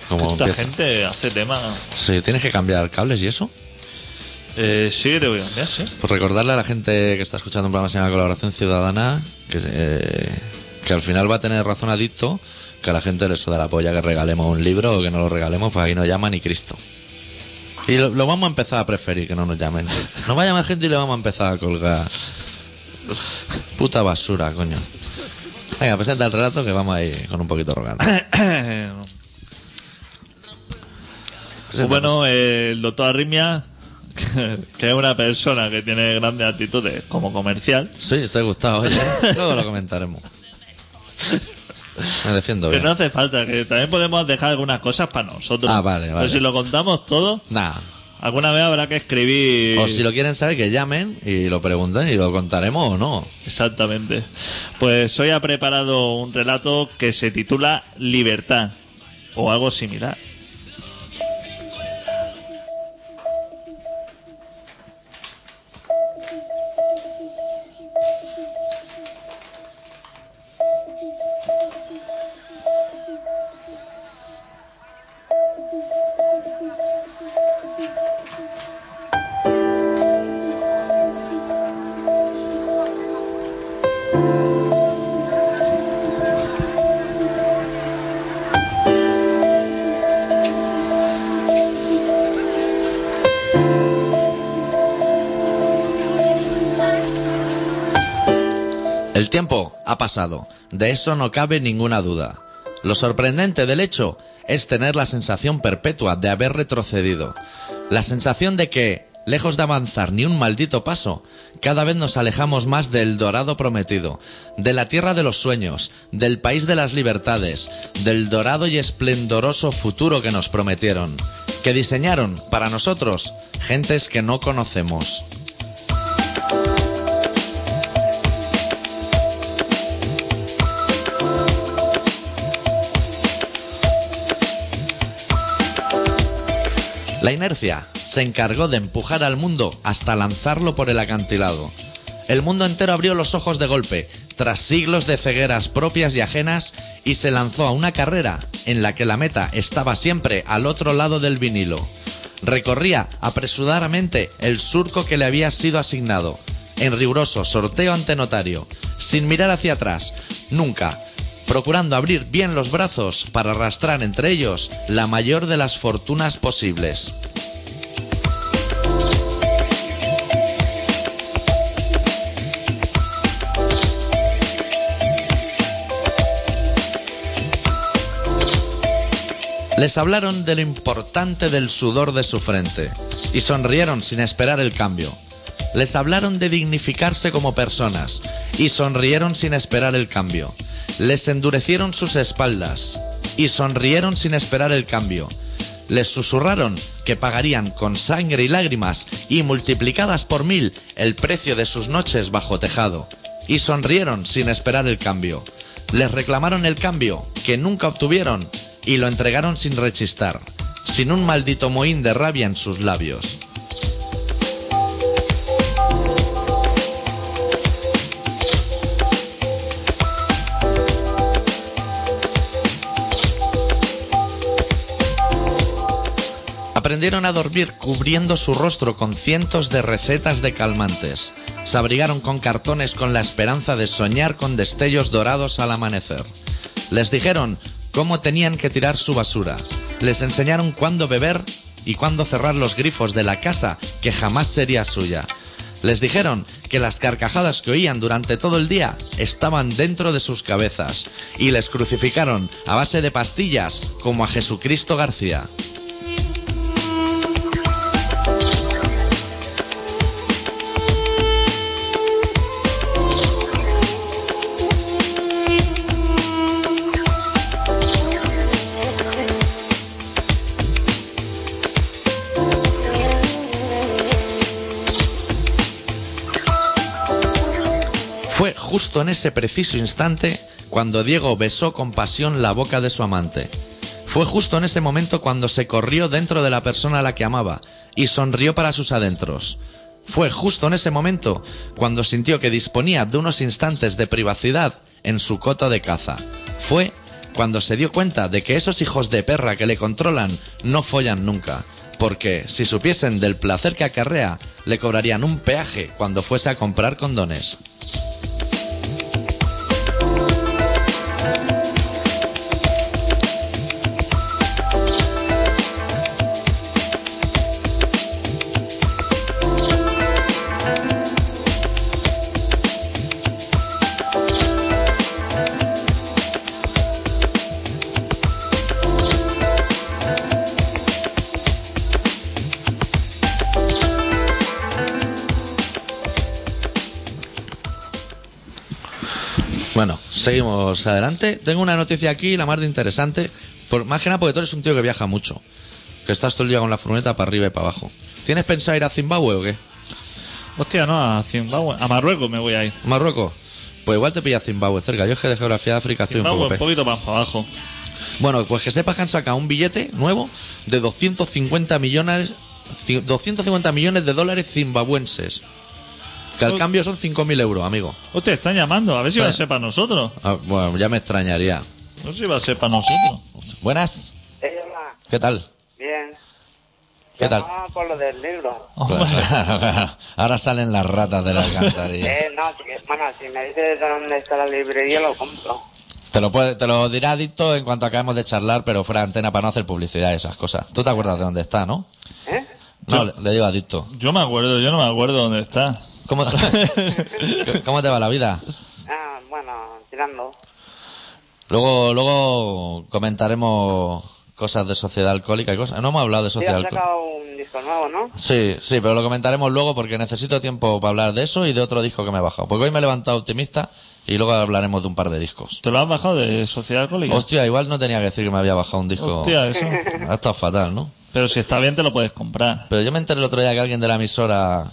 Speaker 1: como
Speaker 2: Esta
Speaker 1: empieza.
Speaker 2: gente hace tema.
Speaker 1: Sí, tienes que cambiar cables y eso.
Speaker 2: Eh, sí, te voy a cambiar, sí.
Speaker 1: Pues recordarle a la gente que está escuchando un programa que se llama Colaboración Ciudadana que, eh, que al final va a tener razón adicto, que a la gente le da la polla que regalemos un libro o que no lo regalemos, pues aquí no llama ni Cristo. Y lo, lo vamos a empezar a preferir que no nos llamen. Nos va a llamar gente y le vamos a empezar a colgar. Puta basura, coño. Venga, presenta el relato que vamos ahí con un poquito rogando.
Speaker 2: Pues Bueno, eh, el doctor Arrimia, que, que es una persona que tiene grandes actitudes como comercial,
Speaker 1: Sí, te ha gustado, oye. Luego lo comentaremos. Me defiendo
Speaker 2: que
Speaker 1: bien.
Speaker 2: no hace falta, que también podemos dejar algunas cosas para nosotros.
Speaker 1: Ah, vale, vale.
Speaker 2: Pero si lo contamos todo,
Speaker 1: Nah.
Speaker 2: alguna vez habrá que escribir.
Speaker 1: O si lo quieren saber, que llamen y lo pregunten y lo contaremos o no.
Speaker 2: Exactamente. Pues hoy ha preparado un relato que se titula Libertad o algo similar.
Speaker 1: El tiempo ha pasado, de eso no cabe ninguna duda. Lo sorprendente del hecho es tener la sensación perpetua de haber retrocedido, la sensación de que, lejos de avanzar ni un maldito paso, cada vez nos alejamos más del dorado prometido, de la tierra de los sueños, del país de las libertades, del dorado y esplendoroso futuro que nos prometieron, que diseñaron para nosotros gentes que no conocemos. La inercia se encargó de empujar al mundo hasta lanzarlo por el acantilado. El mundo entero abrió los ojos de golpe, tras siglos de cegueras propias y ajenas, y se lanzó a una carrera en la que la meta estaba siempre al otro lado del vinilo. Recorría apresuradamente el surco que le había sido asignado, en riguroso sorteo ante notario, sin mirar hacia atrás, nunca, procurando abrir bien los brazos para arrastrar entre ellos la mayor de las fortunas posibles. Les hablaron de lo importante del sudor de su frente y sonrieron sin esperar el cambio. Les hablaron de dignificarse como personas y sonrieron sin esperar el cambio. Les endurecieron sus espaldas y sonrieron sin esperar el cambio. Les susurraron que pagarían con sangre y lágrimas y multiplicadas por mil el precio de sus noches bajo tejado y sonrieron sin esperar el cambio. Les reclamaron el cambio que nunca obtuvieron y lo entregaron sin rechistar, sin un maldito mohín de rabia en sus labios. Aprendieron a dormir cubriendo su rostro con cientos de recetas de calmantes. Se abrigaron con cartones con la esperanza de soñar con destellos dorados al amanecer. Les dijeron cómo tenían que tirar su basura. Les enseñaron cuándo beber y cuándo cerrar los grifos de la casa que jamás sería suya. Les dijeron que las carcajadas que oían durante todo el día estaban dentro de sus cabezas y les crucificaron a base de pastillas como a Jesucristo García. Fue justo en ese preciso instante cuando Diego besó con pasión la boca de su amante. Fue justo en ese momento cuando se corrió dentro de la persona a la que amaba y sonrió para sus adentros. Fue justo en ese momento cuando sintió que disponía de unos instantes de privacidad en su cota de caza. Fue cuando se dio cuenta de que esos hijos de perra que le controlan no follan nunca, porque si supiesen del placer que acarrea, le cobrarían un peaje cuando fuese a comprar condones. Bueno, seguimos adelante. Tengo una noticia aquí, la más de interesante. Por, más que nada porque tú eres un tío que viaja mucho. Que estás todo el día con la furgoneta para arriba y para abajo. ¿Tienes pensado ir a Zimbabue o qué?
Speaker 2: Hostia, no, a Zimbabue. A Marruecos me voy a ir.
Speaker 1: ¿Marruecos? Pues igual te pilla Zimbabue cerca. Yo es que de geografía de África estoy un
Speaker 2: Zimbabue,
Speaker 1: poco pe.
Speaker 2: un poquito más para abajo.
Speaker 1: Bueno, pues que sepas que han sacado un billete nuevo de 250 millones, ci- 250 millones de dólares zimbabuenses. Que al
Speaker 2: Oh.
Speaker 1: cambio son 5.000 euros, amigo.
Speaker 2: Hostia, están llamando. A ver si va a
Speaker 1: Vale.
Speaker 2: ser para nosotros.
Speaker 1: Ah, bueno, ya me extrañaría.
Speaker 2: No sé si va a ser para nosotros.
Speaker 1: Buenas,
Speaker 6: Ella,
Speaker 1: ¿qué tal?
Speaker 6: bien.
Speaker 1: ¿Qué tal?
Speaker 6: Llamaba por lo del libro.
Speaker 2: Hombre,
Speaker 1: Ahora salen las ratas de la alcantarilla.
Speaker 6: Eh, no, si, bueno, si me dices dónde está la librería, lo compro.
Speaker 1: Te lo, puede- te lo dirá Adicto en cuanto acabemos de charlar, pero fuera de antena para no hacer publicidad y esas cosas. Tú te acuerdas de dónde está, ¿no?
Speaker 6: ¿Eh?
Speaker 1: No, le, le digo Adicto.
Speaker 2: yo me acuerdo, yo no me acuerdo dónde está.
Speaker 1: ¿Cómo, ¿Cómo te va la vida?
Speaker 6: Ah, bueno, tirando.
Speaker 1: Luego, luego comentaremos cosas de sociedad alcohólica y cosas. No hemos hablado de
Speaker 6: Sí,
Speaker 1: sociedad
Speaker 6: has
Speaker 1: alcohólica.
Speaker 6: sacado un disco nuevo, ¿no?
Speaker 1: Sí, sí, pero lo comentaremos luego porque necesito tiempo para hablar de eso y de otro disco que me he bajado. Porque hoy me he levantado optimista y luego hablaremos de un par de discos.
Speaker 2: ¿Te lo has bajado de Sociedad Alcohólica?
Speaker 1: Hostia, igual no tenía que decir que me había bajado un disco.
Speaker 2: Hostia, eso.
Speaker 1: Ha estado fatal, ¿no?
Speaker 2: Pero si está bien, te lo puedes comprar.
Speaker 1: Pero yo me enteré el otro día que alguien de la emisora.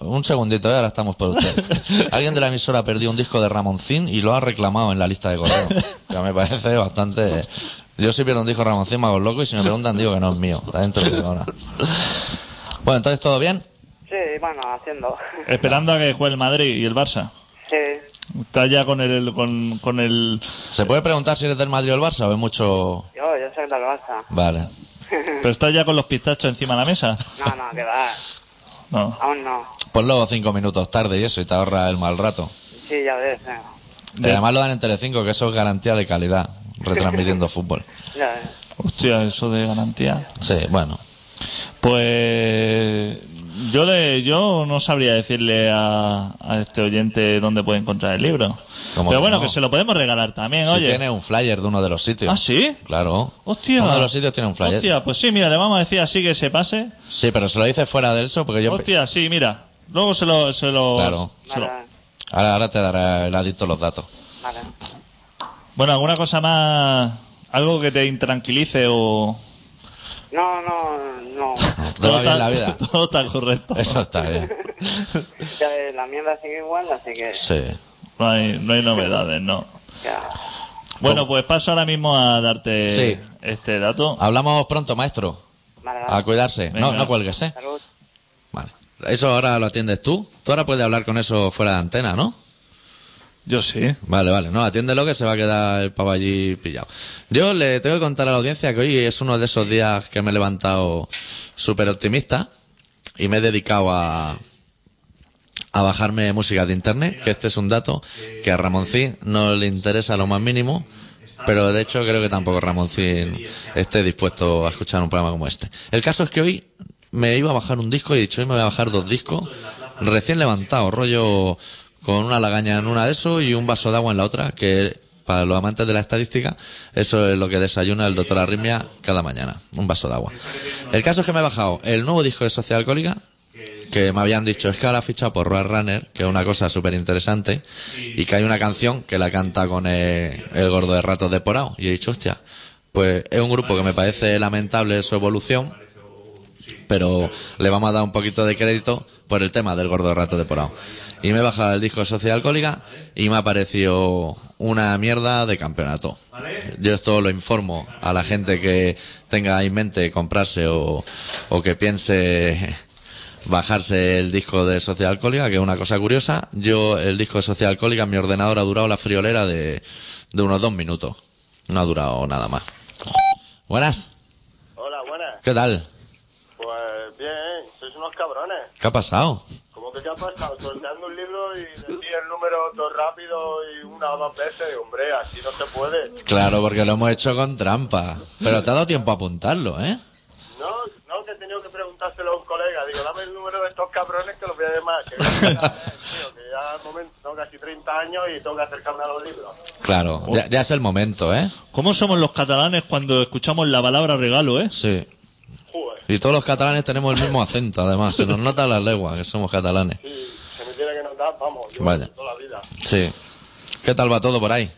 Speaker 1: Un segundito, eh, ahora estamos por usted. Alguien de la emisora perdió un disco de Ramoncín y lo ha reclamado en la lista de correo. Que me parece bastante. Yo si pierdo un disco de Ramoncín me hago loco y si me preguntan digo que no es mío. Está dentro de ahora. Bueno, entonces todo bien.
Speaker 6: Sí, bueno, haciendo.
Speaker 2: Esperando a que juegue el Madrid y el Barça.
Speaker 6: Sí.
Speaker 2: Está ya con el, con, con el
Speaker 1: ¿Se puede preguntar si eres del Madrid o el Barça o es mucho.?
Speaker 6: Yo, yo soy del Barça.
Speaker 1: Vale.
Speaker 2: ¿Pero estás ya con los pistachos encima de la mesa?
Speaker 6: No, no, que va.
Speaker 2: No.
Speaker 6: Aún no.
Speaker 1: Ponlo cinco minutos tarde y eso y te ahorra el mal rato.
Speaker 6: Sí, ya ves. eh.
Speaker 1: Y además lo dan en Telecinco, que eso es garantía de calidad, retransmitiendo fútbol.
Speaker 6: Ya ves.
Speaker 2: Hostia, eso de garantía.
Speaker 1: Sí, bueno.
Speaker 2: Pues yo le, yo no sabría decirle a, a este oyente dónde puede encontrar el libro.
Speaker 1: ¿Cómo
Speaker 2: Pero
Speaker 1: que
Speaker 2: bueno,
Speaker 1: no?
Speaker 2: que se lo podemos regalar también,
Speaker 1: Si
Speaker 2: oye.
Speaker 1: tiene un flyer de uno de los sitios.
Speaker 2: ¿Ah, sí?
Speaker 1: Claro.
Speaker 2: Hostia.
Speaker 1: Uno de los sitios tiene un flyer.
Speaker 2: Hostia, pues sí, mira, le vamos a decir así que se pase.
Speaker 1: Sí, pero se lo dice fuera de eso porque yo...
Speaker 2: Hostia, sí, mira. Luego se lo... Se lo,
Speaker 1: Claro.
Speaker 2: se lo-
Speaker 6: Vale,
Speaker 1: Ahora, ahora te dará el adicto los datos.
Speaker 6: vale.
Speaker 2: Bueno, alguna cosa más... Algo que te intranquilice o...
Speaker 6: No, no, no.
Speaker 1: Todo bien en la vida.
Speaker 2: Todo está correcto.
Speaker 1: Eso está bien.
Speaker 6: Ya ves, la mierda sigue igual, así que.
Speaker 1: Sí.
Speaker 2: No hay, no hay novedades, no.
Speaker 6: Ya.
Speaker 2: Bueno, pues paso ahora mismo a darte
Speaker 1: Sí. Ah.
Speaker 2: este dato.
Speaker 1: Hablamos pronto, maestro.
Speaker 6: Vale,
Speaker 1: A
Speaker 6: vale.
Speaker 1: cuidarse. No,
Speaker 2: Venga.
Speaker 1: no cuelgues, ¿eh?
Speaker 6: Salud.
Speaker 1: Vale. Eso ahora lo atiendes tú. Tú ahora puedes hablar con eso fuera de antena, ¿no?
Speaker 2: Yo sí.
Speaker 1: Vale, vale. No, atiéndelo que se va a quedar el pavo allí pillado. Yo le tengo que contar a la audiencia que hoy es uno de esos días que me he levantado súper optimista y me he dedicado a, a bajarme música de internet, que este es un dato que a Ramoncín no le interesa lo más mínimo, pero de hecho creo que tampoco Ramoncín esté dispuesto a escuchar un programa como este. El caso es que hoy me iba a bajar un disco y he dicho, hoy me voy a bajar dos discos recién levantado, rollo con una lagaña en una de eso y un vaso de agua en la otra, que para los amantes de la estadística, eso es lo que desayuna el doctor Arritmia cada mañana, un vaso de agua. El caso es que me he bajado el nuevo disco de Sociedad Alcohólica, que me habían dicho es que ahora ficha por Roadrunner, que es una cosa súper interesante, y que hay una canción que la canta con eh, el gordo de ratos de Porao. Y he dicho, hostia, pues es un grupo que me parece lamentable su evolución, pero le vamos a dar un poquito de crédito por el tema del gordo de ratos de Porao. Y me he bajado el disco de Sociedad Alcohólica y me ha parecido una mierda de campeonato. Yo esto lo informo a la gente que tenga en mente comprarse o, o que piense bajarse el disco de Sociedad Alcohólica, que es una cosa curiosa. Yo, el disco de Sociedad Alcohólica, en mi ordenador ha durado la friolera de, de unos dos minutos. No ha durado nada más. Buenas.
Speaker 7: Hola, buenas.
Speaker 1: ¿Qué tal?
Speaker 7: Pues bien, sois unos cabrones.
Speaker 1: ¿Qué ha pasado?
Speaker 7: ¿Cómo que qué ha pasado? Soltando un libro y decir el número todo rápido y una o dos veces. Hombre, así no se puede.
Speaker 1: Claro, porque lo hemos hecho con trampa. Pero te ha dado tiempo a apuntarlo, ¿eh?
Speaker 7: No, no, que he tenido que preguntárselo a un colega. Digo, dame el número de estos cabrones que los voy a llamar. Que, voy a hacer, tío, que ya al momento tengo casi 30 años y tengo que acercarme a los libros.
Speaker 1: Claro, ya, ya es el momento, ¿eh?
Speaker 2: ¿Cómo somos los catalanes cuando escuchamos la palabra regalo, eh?
Speaker 1: Sí.
Speaker 7: Joder,
Speaker 1: Y todos los catalanes tenemos el mismo acento, además. Se nos nota la lengua que somos catalanes.
Speaker 7: sí, se me tiene que notar, vamos, yo
Speaker 1: Vaya.
Speaker 7: toda la vida.
Speaker 1: Sí. ¿Qué tal va todo por ahí?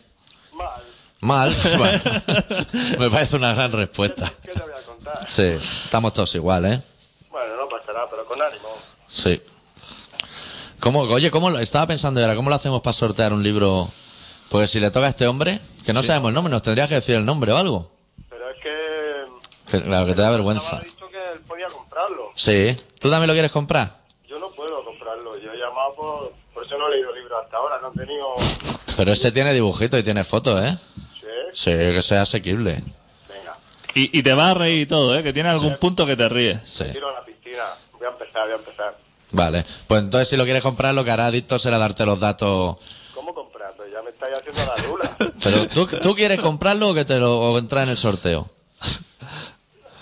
Speaker 7: Mal,
Speaker 1: Mal. Bueno, me parece una gran respuesta.
Speaker 7: ¿qué te voy a contar?
Speaker 1: Sí, estamos todos igual, ¿eh?
Speaker 7: Bueno, no pasará, pero con ánimo.
Speaker 1: Sí. ¿Cómo, oye, ¿cómo lo- estaba pensando ahora, ¿cómo lo hacemos para sortear un libro? Porque si le toca a este hombre, que no sabemos el nombre, nos tendrías que decir el nombre o algo.
Speaker 7: Pero es que...
Speaker 1: Que- claro, que te da
Speaker 7: Me
Speaker 1: vergüenza.
Speaker 7: ha dicho que él podía comprarlo.
Speaker 1: Sí. ¿Tú también lo quieres comprar?
Speaker 7: Yo no puedo comprarlo. Yo he llamado por... Por eso no he leído libros hasta ahora. No he tenido...
Speaker 1: Pero ese tiene dibujito y tiene fotos, ¿eh?
Speaker 7: Sí,
Speaker 1: Sí, que sea asequible.
Speaker 7: venga.
Speaker 2: Y, y te vas a reír y todo, eh, que tiene algún punto que te ríes.
Speaker 1: Sí.
Speaker 7: Tiro a la piscina. Voy a empezar, voy a empezar.
Speaker 1: Vale. Pues entonces, si lo quieres comprar, lo que hará Adicto será darte los datos.
Speaker 7: ¿Cómo comprarlo? Ya me estáis haciendo la lula.
Speaker 1: Pero ¿tú, tú quieres comprarlo o que te lo o entrar en el sorteo?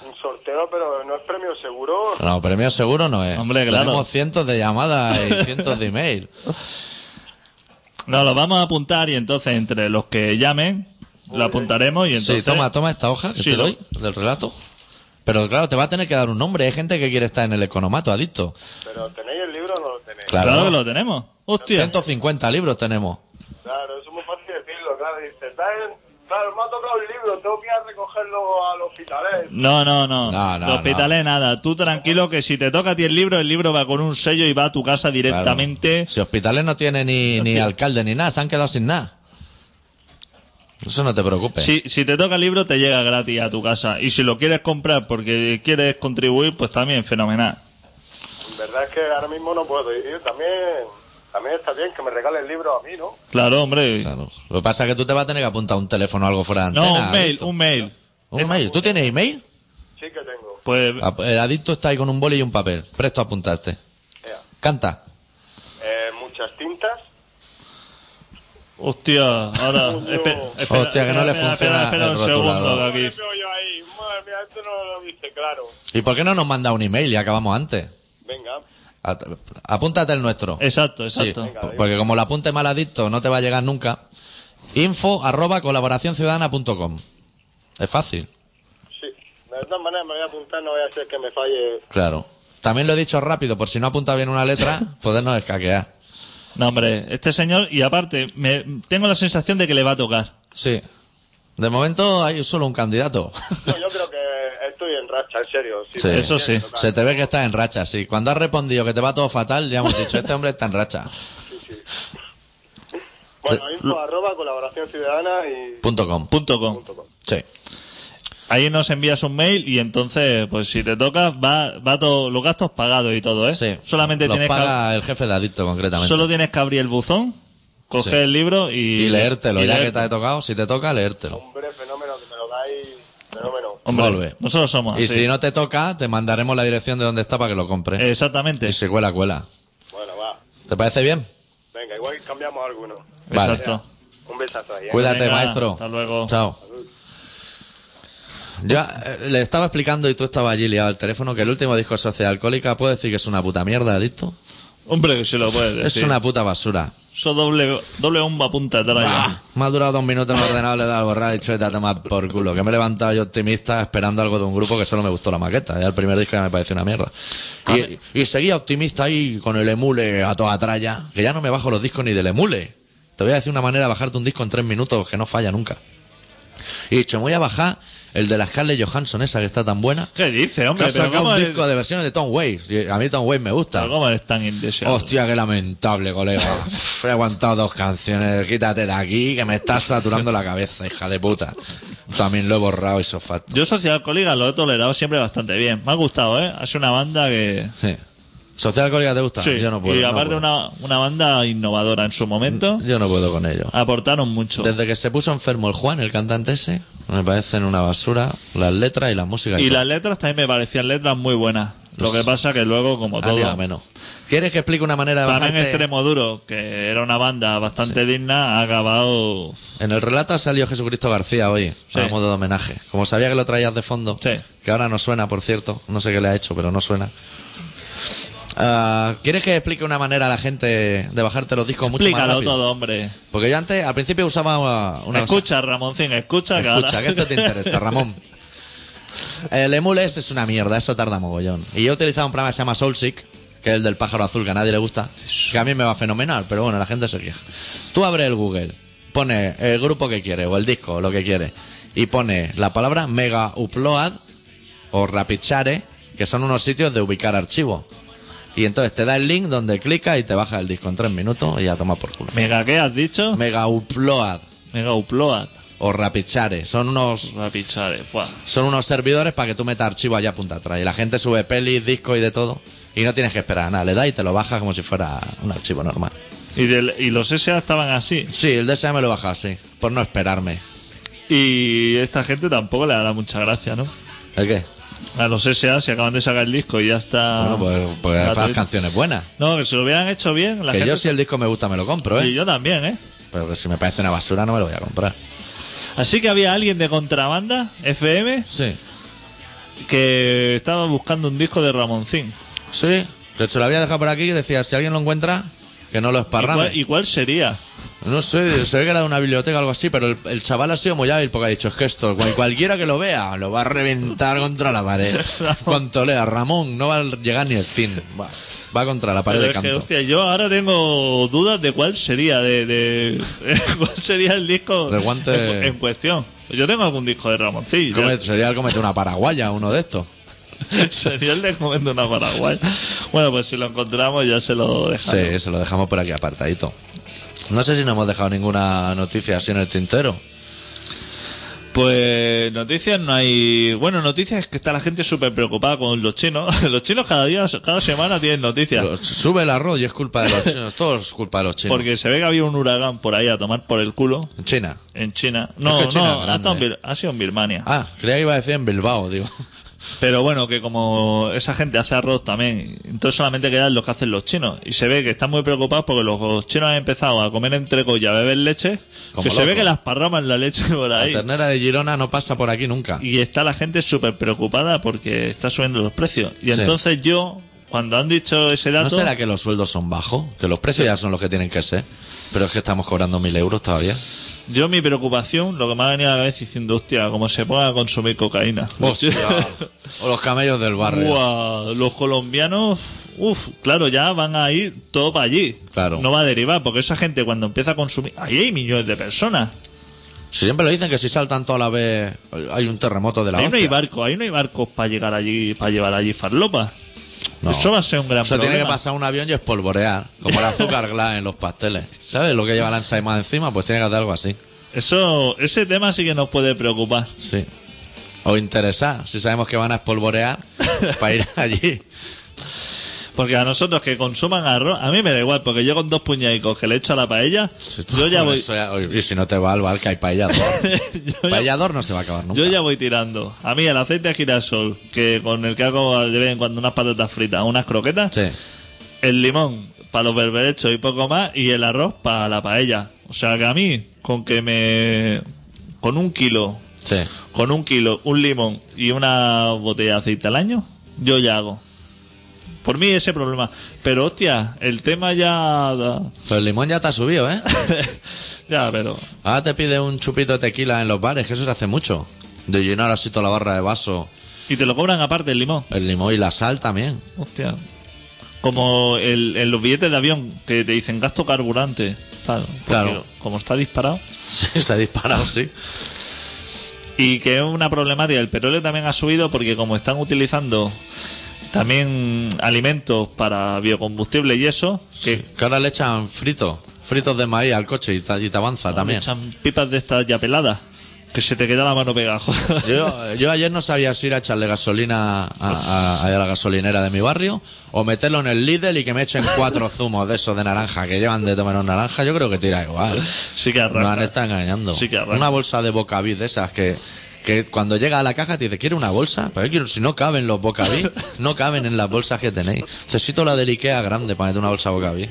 Speaker 7: Un sorteo, pero no es premio seguro.
Speaker 1: No, premio seguro no es.
Speaker 2: Hombre, claro.
Speaker 1: Tenemos cientos de llamadas y cientos de email.
Speaker 2: No, lo vamos a apuntar y entonces entre los que llamen, lo apuntaremos y entonces...
Speaker 1: Sí, toma, toma esta hoja que
Speaker 2: Sí,
Speaker 1: te
Speaker 2: lo-
Speaker 1: doy del relato. Pero claro, te va a tener que dar un nombre. Hay gente que quiere estar en el economato, adicto.
Speaker 7: Pero ¿tenéis el libro o no lo tenéis?
Speaker 1: Claro.
Speaker 2: Claro, que lo tenemos. Hostia.
Speaker 1: 150 libros tenemos.
Speaker 7: Claro, eso es muy fácil decirlo. Claro, dices, "Dale, claro, me ha tocado el libro. Tengo que ir a recogerlo al hospital. ¿eh?".
Speaker 2: No, no, no.
Speaker 1: No, no,
Speaker 2: Los hospitales nada. Tú tranquilo que si te toca a ti el libro, el libro va con un sello y va a tu casa
Speaker 1: Claro.
Speaker 2: directamente.
Speaker 1: Si hospitales no tiene ni, ni alcalde ni nada, se han quedado sin nada. Eso no te preocupes.
Speaker 2: Si, si te toca el libro, te llega gratis a tu casa. Y si lo quieres comprar porque quieres contribuir, pues también fenomenal.
Speaker 7: En verdad es que ahora mismo no puedo ir. También, también está bien que me regalen libros a mí, ¿no?
Speaker 2: Claro, hombre.
Speaker 1: Claro. Lo que pasa es que tú te vas a tener que apuntar un teléfono o algo fuera de
Speaker 2: No,
Speaker 1: antena.
Speaker 2: un mail,
Speaker 1: adicto.
Speaker 2: un mail.
Speaker 1: Un mail. ¿Tú tienes email?
Speaker 7: Sí que tengo.
Speaker 2: Pues
Speaker 1: Ap- El adicto está ahí con un boli y un papel. Presto a apuntarte.
Speaker 7: Ea.
Speaker 1: Canta.
Speaker 7: Eh, muchas tintas.
Speaker 2: Hostia, ahora. espe- espera,
Speaker 1: Hostia, que no le
Speaker 2: espera, espera,
Speaker 1: funciona
Speaker 2: espera
Speaker 1: el
Speaker 2: un segundo
Speaker 1: rotulador.
Speaker 2: que aquí.
Speaker 7: yo ahí? Madre mía, esto no lo viste claro.
Speaker 1: ¿Y por qué no nos manda un email y acabamos antes?
Speaker 7: Venga,
Speaker 1: At- Apúntate el nuestro.
Speaker 2: Exacto,
Speaker 1: Sí,
Speaker 2: exacto.
Speaker 1: por- porque como lo apunte mal adicto no te va a llegar nunca. Info arroba colaboracionciudadana.com. Es fácil,
Speaker 7: sí. De todas maneras me voy a apuntar, no voy a hacer que me falle.
Speaker 1: claro. También lo he dicho rápido, por si no apunta bien una letra, podernos escaquear.
Speaker 2: No, hombre, este señor, y aparte, me, tengo la sensación de que le va a tocar.
Speaker 1: Sí. De momento hay solo un candidato.
Speaker 7: No, yo creo que estoy en racha, en serio. Sí,
Speaker 1: Sí.
Speaker 2: Eso sí.
Speaker 1: Se te ve que estás en racha, sí. Cuando has respondido que te va todo fatal, ya hemos dicho, este hombre está en racha.
Speaker 7: Bueno, info arroba colaboración ciudadana y...
Speaker 1: Punto com.
Speaker 2: Punto com.
Speaker 7: punto com.
Speaker 1: Sí.
Speaker 2: Ahí nos envías un mail y entonces, pues si te toca, va, va todo, los gastos pagados y todo, ¿eh?
Speaker 1: sí.
Speaker 2: Solamente
Speaker 1: Los
Speaker 2: tienes que ab-
Speaker 1: paga el jefe de adicto, concretamente.
Speaker 2: Solo tienes que abrir el buzón, coger
Speaker 1: Sí.
Speaker 2: el libro y,
Speaker 1: Y leértelo,
Speaker 2: y
Speaker 1: ya que
Speaker 2: leértelo.
Speaker 1: te ha tocado, si te toca, leértelo.
Speaker 7: Hombre, fenómeno, que me lo dais. Fenómeno.
Speaker 2: Hombre,
Speaker 1: Volve.
Speaker 2: nosotros somos
Speaker 1: Y
Speaker 2: así.
Speaker 1: si no te toca, te mandaremos la dirección de donde está para que lo compres.
Speaker 2: Exactamente.
Speaker 1: Y se cuela, cuela.
Speaker 7: Bueno, va.
Speaker 1: ¿Te parece bien?
Speaker 7: Venga, igual cambiamos alguno.
Speaker 1: Vale.
Speaker 2: Exacto.
Speaker 7: Un besazo ahí. ¿eh?
Speaker 1: Cuídate,
Speaker 2: Venga,
Speaker 1: maestro.
Speaker 2: hasta luego.
Speaker 1: Chao. Yo eh, le estaba explicando y tú estabas allí liado al teléfono que el último disco de Sociedad Alcohólica puedo decir que es una puta mierda, adicto.
Speaker 2: Hombre, que se lo puede
Speaker 1: Es
Speaker 2: decir.
Speaker 1: una puta basura.
Speaker 2: Eso doble, doble bomba punta atrás
Speaker 1: Ah, me ha durado dos minutos en el ordenador, le he dado al borrar y he dicho, "Vete a tomar por culo. Que me he levantado yo optimista esperando algo de un grupo que solo me gustó la maqueta. Ya el primer disco ya me pareció una mierda.
Speaker 2: Ah,
Speaker 1: Y, y seguía optimista ahí con el emule a toda tralla, que ya no me bajo los discos ni del emule. Te voy a decir una manera de bajarte un disco en tres minutos que no falla nunca. Y he dicho, me voy a bajar el de la Scarlett Johansson, esa que está tan buena.
Speaker 2: ya. ¿Qué dice,
Speaker 1: Que
Speaker 2: hombre?
Speaker 1: ha
Speaker 2: Pero
Speaker 1: sacado
Speaker 2: ¿cómo
Speaker 1: un
Speaker 2: eres-
Speaker 1: disco de versiones de Tom Waits. Y a mí Tom Waits me gusta.
Speaker 2: pero ¿Cómo eres tan indeseado?
Speaker 1: Hostia, qué lamentable, colega. Uf, He aguantado dos canciones. Quítate de aquí, que me estás saturando la cabeza, hija de puta. También lo he borrado y sofá.
Speaker 2: Yo Sociedad Coliga lo he tolerado siempre bastante bien. Me ha gustado, ¿eh? Es una banda que...
Speaker 1: Sí. ¿Sociedad alcohólica te gusta?
Speaker 2: Sí.
Speaker 1: Yo no puedo.
Speaker 2: y
Speaker 1: no
Speaker 2: aparte
Speaker 1: puedo. Mm,
Speaker 2: Una, una banda innovadora en su momento,
Speaker 1: Yo no puedo con ello.
Speaker 2: aportaron mucho.
Speaker 1: Desde que se puso enfermo el Juan, el cantante ese, me parecen una basura las letras y la música.
Speaker 2: Y
Speaker 1: todo.
Speaker 2: las letras también me parecían letras muy buenas.
Speaker 1: Pues
Speaker 2: Lo que pasa que luego, como
Speaker 1: Ah,
Speaker 2: todo,
Speaker 1: dígame, no. ¿Quieres que explique una manera de
Speaker 2: también
Speaker 1: bajarte?
Speaker 2: Extremo Duro, que era una banda bastante digna, ha acabado...
Speaker 1: En el relato ha salido Jesucristo García hoy,
Speaker 2: Sí.
Speaker 1: a modo de homenaje. Como sabía que lo traías de fondo,
Speaker 2: Sí.
Speaker 1: que ahora no suena, por cierto. No sé qué le ha hecho, pero no suena. Ah, ¿Quieres que explique una manera a la gente de bajarte los discos mucho más
Speaker 2: Explícalo
Speaker 1: rápido?
Speaker 2: todo, hombre.
Speaker 1: Porque yo antes, al principio usaba una...
Speaker 2: escucha, Ramoncín, escucha, que
Speaker 1: Escucha,
Speaker 2: ahora-
Speaker 1: que esto te interesa, Ramón. Eh, El emules es una mierda, eso tarda mogollón. Y yo he utilizado un programa que se llama Soulseek, que es el del pájaro azul, que a nadie le gusta, que a mí me va fenomenal, pero bueno, la gente se queja. Tú abres el Google, pone el grupo que quiere, o el disco, o lo que quiere, y pone la palabra mega upload o rapichare, que son unos sitios de ubicar archivos. Y entonces te da el link donde clicas y te baja el disco en tres minutos y ya toma por culo.
Speaker 2: Mega, ¿qué has dicho?
Speaker 1: Mega upload
Speaker 2: Mega Upload.
Speaker 1: o rapichare, son unos
Speaker 2: Rapichare, fuá.
Speaker 1: son unos servidores para que tú metas archivo allá punta atrás. Y la gente sube pelis, discos y de todo. Y no tienes que esperar a nada. Le das y te lo bajas como si fuera un archivo normal.
Speaker 2: Y, del- y los SA estaban así.
Speaker 1: Sí, el DSA me lo baja así. Por no esperarme.
Speaker 2: Y esta gente tampoco le hará mucha gracia, ¿no?
Speaker 1: ¿El qué?
Speaker 2: A los SA se acaban de sacar el disco y ya está.
Speaker 1: bueno, pues, pues
Speaker 2: gratuito.
Speaker 1: para las canciones buenas.
Speaker 2: No, que se lo hubieran hecho bien. Ah, La
Speaker 1: que
Speaker 2: gente
Speaker 1: yo si el disco me gusta me lo compro,
Speaker 2: Y
Speaker 1: ¿eh?
Speaker 2: yo también, ¿eh?
Speaker 1: Pero que si me parece una basura no me lo voy a comprar.
Speaker 2: Así que había alguien de contrabanda, FM,
Speaker 1: Sí.
Speaker 2: que estaba buscando un disco de Ramoncín.
Speaker 1: Sí. Que se lo había dejado por aquí y decía, si alguien lo encuentra, que no lo
Speaker 2: ¿Y
Speaker 1: esparrame.
Speaker 2: cuál, y cuál sería?
Speaker 1: No sé, se ve que era de una biblioteca o algo así, pero el, el chaval ha sido muy hábil porque ha dicho, es que esto, cual- cualquiera que lo vea, lo va a reventar contra la pared. Cuanto lea, Ramón, no va a llegar ni el fin. Va, va contra la pared
Speaker 2: Pero
Speaker 1: de
Speaker 2: es que,
Speaker 1: canto.
Speaker 2: hostia, yo ahora tengo dudas de cuál sería de, de- cuál sería el disco
Speaker 1: Del guante-
Speaker 2: en, en cuestión. Yo tengo algún disco de Ramoncín. ya.
Speaker 1: Come- sería el comete una paraguaya, uno de estos.
Speaker 2: sería el de comiendo una paraguay. Bueno, pues si lo encontramos ya se lo
Speaker 1: Sí,
Speaker 2: dejamos.
Speaker 1: se lo dejamos por aquí apartadito. No sé si no hemos dejado ninguna noticia así en el tintero.
Speaker 2: Pues noticias no hay. Bueno, noticias es que está la gente súper preocupada con los chinos. Los chinos cada día, cada semana tienen noticias.
Speaker 1: Los- Sube el arroz y es culpa de los chinos. Todo es culpa de los chinos.
Speaker 2: Porque se ve que había un huracán por ahí a tomar por el culo
Speaker 1: En China.
Speaker 2: en China. No,
Speaker 1: Es que China
Speaker 2: no,
Speaker 1: es
Speaker 2: ha,
Speaker 1: grande.
Speaker 2: estado en Bir- ha sido en Birmania.
Speaker 1: Ah, creía que iba a decir en Bilbao, digo.
Speaker 2: Pero bueno, que como esa gente hace arroz también, entonces solamente quedan los que hacen los chinos. Y se ve que están muy preocupados porque los chinos han empezado a comer entrecot y a beber leche.
Speaker 1: Como
Speaker 2: que se ve
Speaker 1: loco.
Speaker 2: que las parraman la leche por
Speaker 1: La
Speaker 2: ahí.
Speaker 1: ternera de Girona no pasa por aquí nunca.
Speaker 2: y está la gente súper preocupada porque está subiendo los precios. Y
Speaker 1: Sí.
Speaker 2: entonces yo, cuando han dicho ese
Speaker 1: ¿No
Speaker 2: dato,
Speaker 1: será que los sueldos son bajos? Que los precios ya son los que tienen que ser. Pero es que estamos cobrando mil euros todavía.
Speaker 2: yo mi preocupación, lo que me ha venido a la cabeza diciendo, hostia, como se ponga a consumir cocaína.
Speaker 1: Hostia. o los camellos del barrio.
Speaker 2: Oh, Buah, los colombianos, uff, claro, ya van a ir todo para allí.
Speaker 1: Claro.
Speaker 2: No va a derivar, porque esa gente cuando empieza a consumir. Ahí hay millones de personas.
Speaker 1: Si siempre lo dicen que si saltan toda la vez hay un terremoto de la
Speaker 2: ahí no hay
Speaker 1: hostia.
Speaker 2: barcos, ahí no hay barcos para llegar allí, para llevar allí farlopa.
Speaker 1: No.
Speaker 2: Eso va a ser un gran
Speaker 1: O sea, tiene que
Speaker 2: problema.
Speaker 1: pasar un avión y espolvorear. Como el azúcar glass en los pasteles. ¿Sabes? Lo que lleva la ensaimada encima, pues tiene que hacer algo así.
Speaker 2: Eso, ese tema sí que nos puede preocupar.
Speaker 1: Sí. O interesar, si sabemos que van a espolvorear para ir allí.
Speaker 2: Porque a nosotros que consuman arroz, a mí me da igual, porque yo con dos puñadicos que le echo a la paella, yo ya voy,
Speaker 1: Eso ya- Y si no te va al bar, que hay paellador.
Speaker 2: yo ya-
Speaker 1: paellador no se va a acabar nunca.
Speaker 2: Yo ya voy tirando. A mí el aceite de girasol, que con el que hago de vez en cuando unas patatas fritas, unas croquetas,
Speaker 1: Sí.
Speaker 2: el limón para los berberechos y poco más, y el arroz para la paella. O sea que a mí, con que me... con un kilo,
Speaker 1: Sí.
Speaker 2: con un kilo, un limón y una botella de aceite al año, yo ya hago. Por mí ese problema. Pero hostia, el tema ya...
Speaker 1: Pero el limón ya te ha subido, ¿eh?
Speaker 2: ya, pero...
Speaker 1: Ahora te pide un chupito de tequila en los bares, que eso se hace mucho. De llenar así toda la barra de vaso,
Speaker 2: Y te lo cobran aparte el limón.
Speaker 1: el limón y la sal también.
Speaker 2: Hostia. Como el, en los billetes de avión que te dicen gasto carburante. Claro. porque
Speaker 1: Claro.
Speaker 2: Como está disparado.
Speaker 1: Sí, se ha disparado, sí.
Speaker 2: Y que es una problemática. El petróleo también ha subido porque como están utilizando también alimentos para biocombustible y eso, que
Speaker 1: Que ahora le echan frito, fritos de maíz al coche y te, y te avanza también.
Speaker 2: echan pipas de estas ya peladas. Que se te queda la mano pegajosa.
Speaker 1: Yo, yo ayer no sabía si ir a echarle gasolina a, a- a la gasolinera de mi barrio o meterlo en el Lidl y que me echen cuatro zumos de esos de naranja que llevan de tomar naranja. Yo creo que tira igual.
Speaker 2: Sí que arranca.
Speaker 1: Nos han estado engañando.
Speaker 2: Sí que arranca.
Speaker 1: Una bolsa de bocaví de esas que, que cuando llega a la caja te dice, ¿quiere una bolsa? Pero yo quiero- si no caben los bocaví, no caben en las bolsas que tenéis. Necesito la del Ikea grande para meter una bolsa bocaví.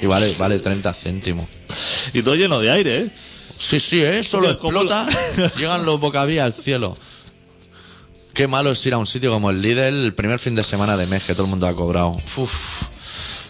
Speaker 1: Y vale, vale 30 céntimos.
Speaker 2: Y todo lleno de aire, ¿eh?
Speaker 1: Sí, sí, ¿eh? eso lo
Speaker 2: Es como
Speaker 1: explota.
Speaker 2: la-
Speaker 1: Llegan los bocaví al cielo. Qué malo es ir a un sitio como el Lidl el primer fin de semana de mes que todo el mundo ha cobrado. Uf,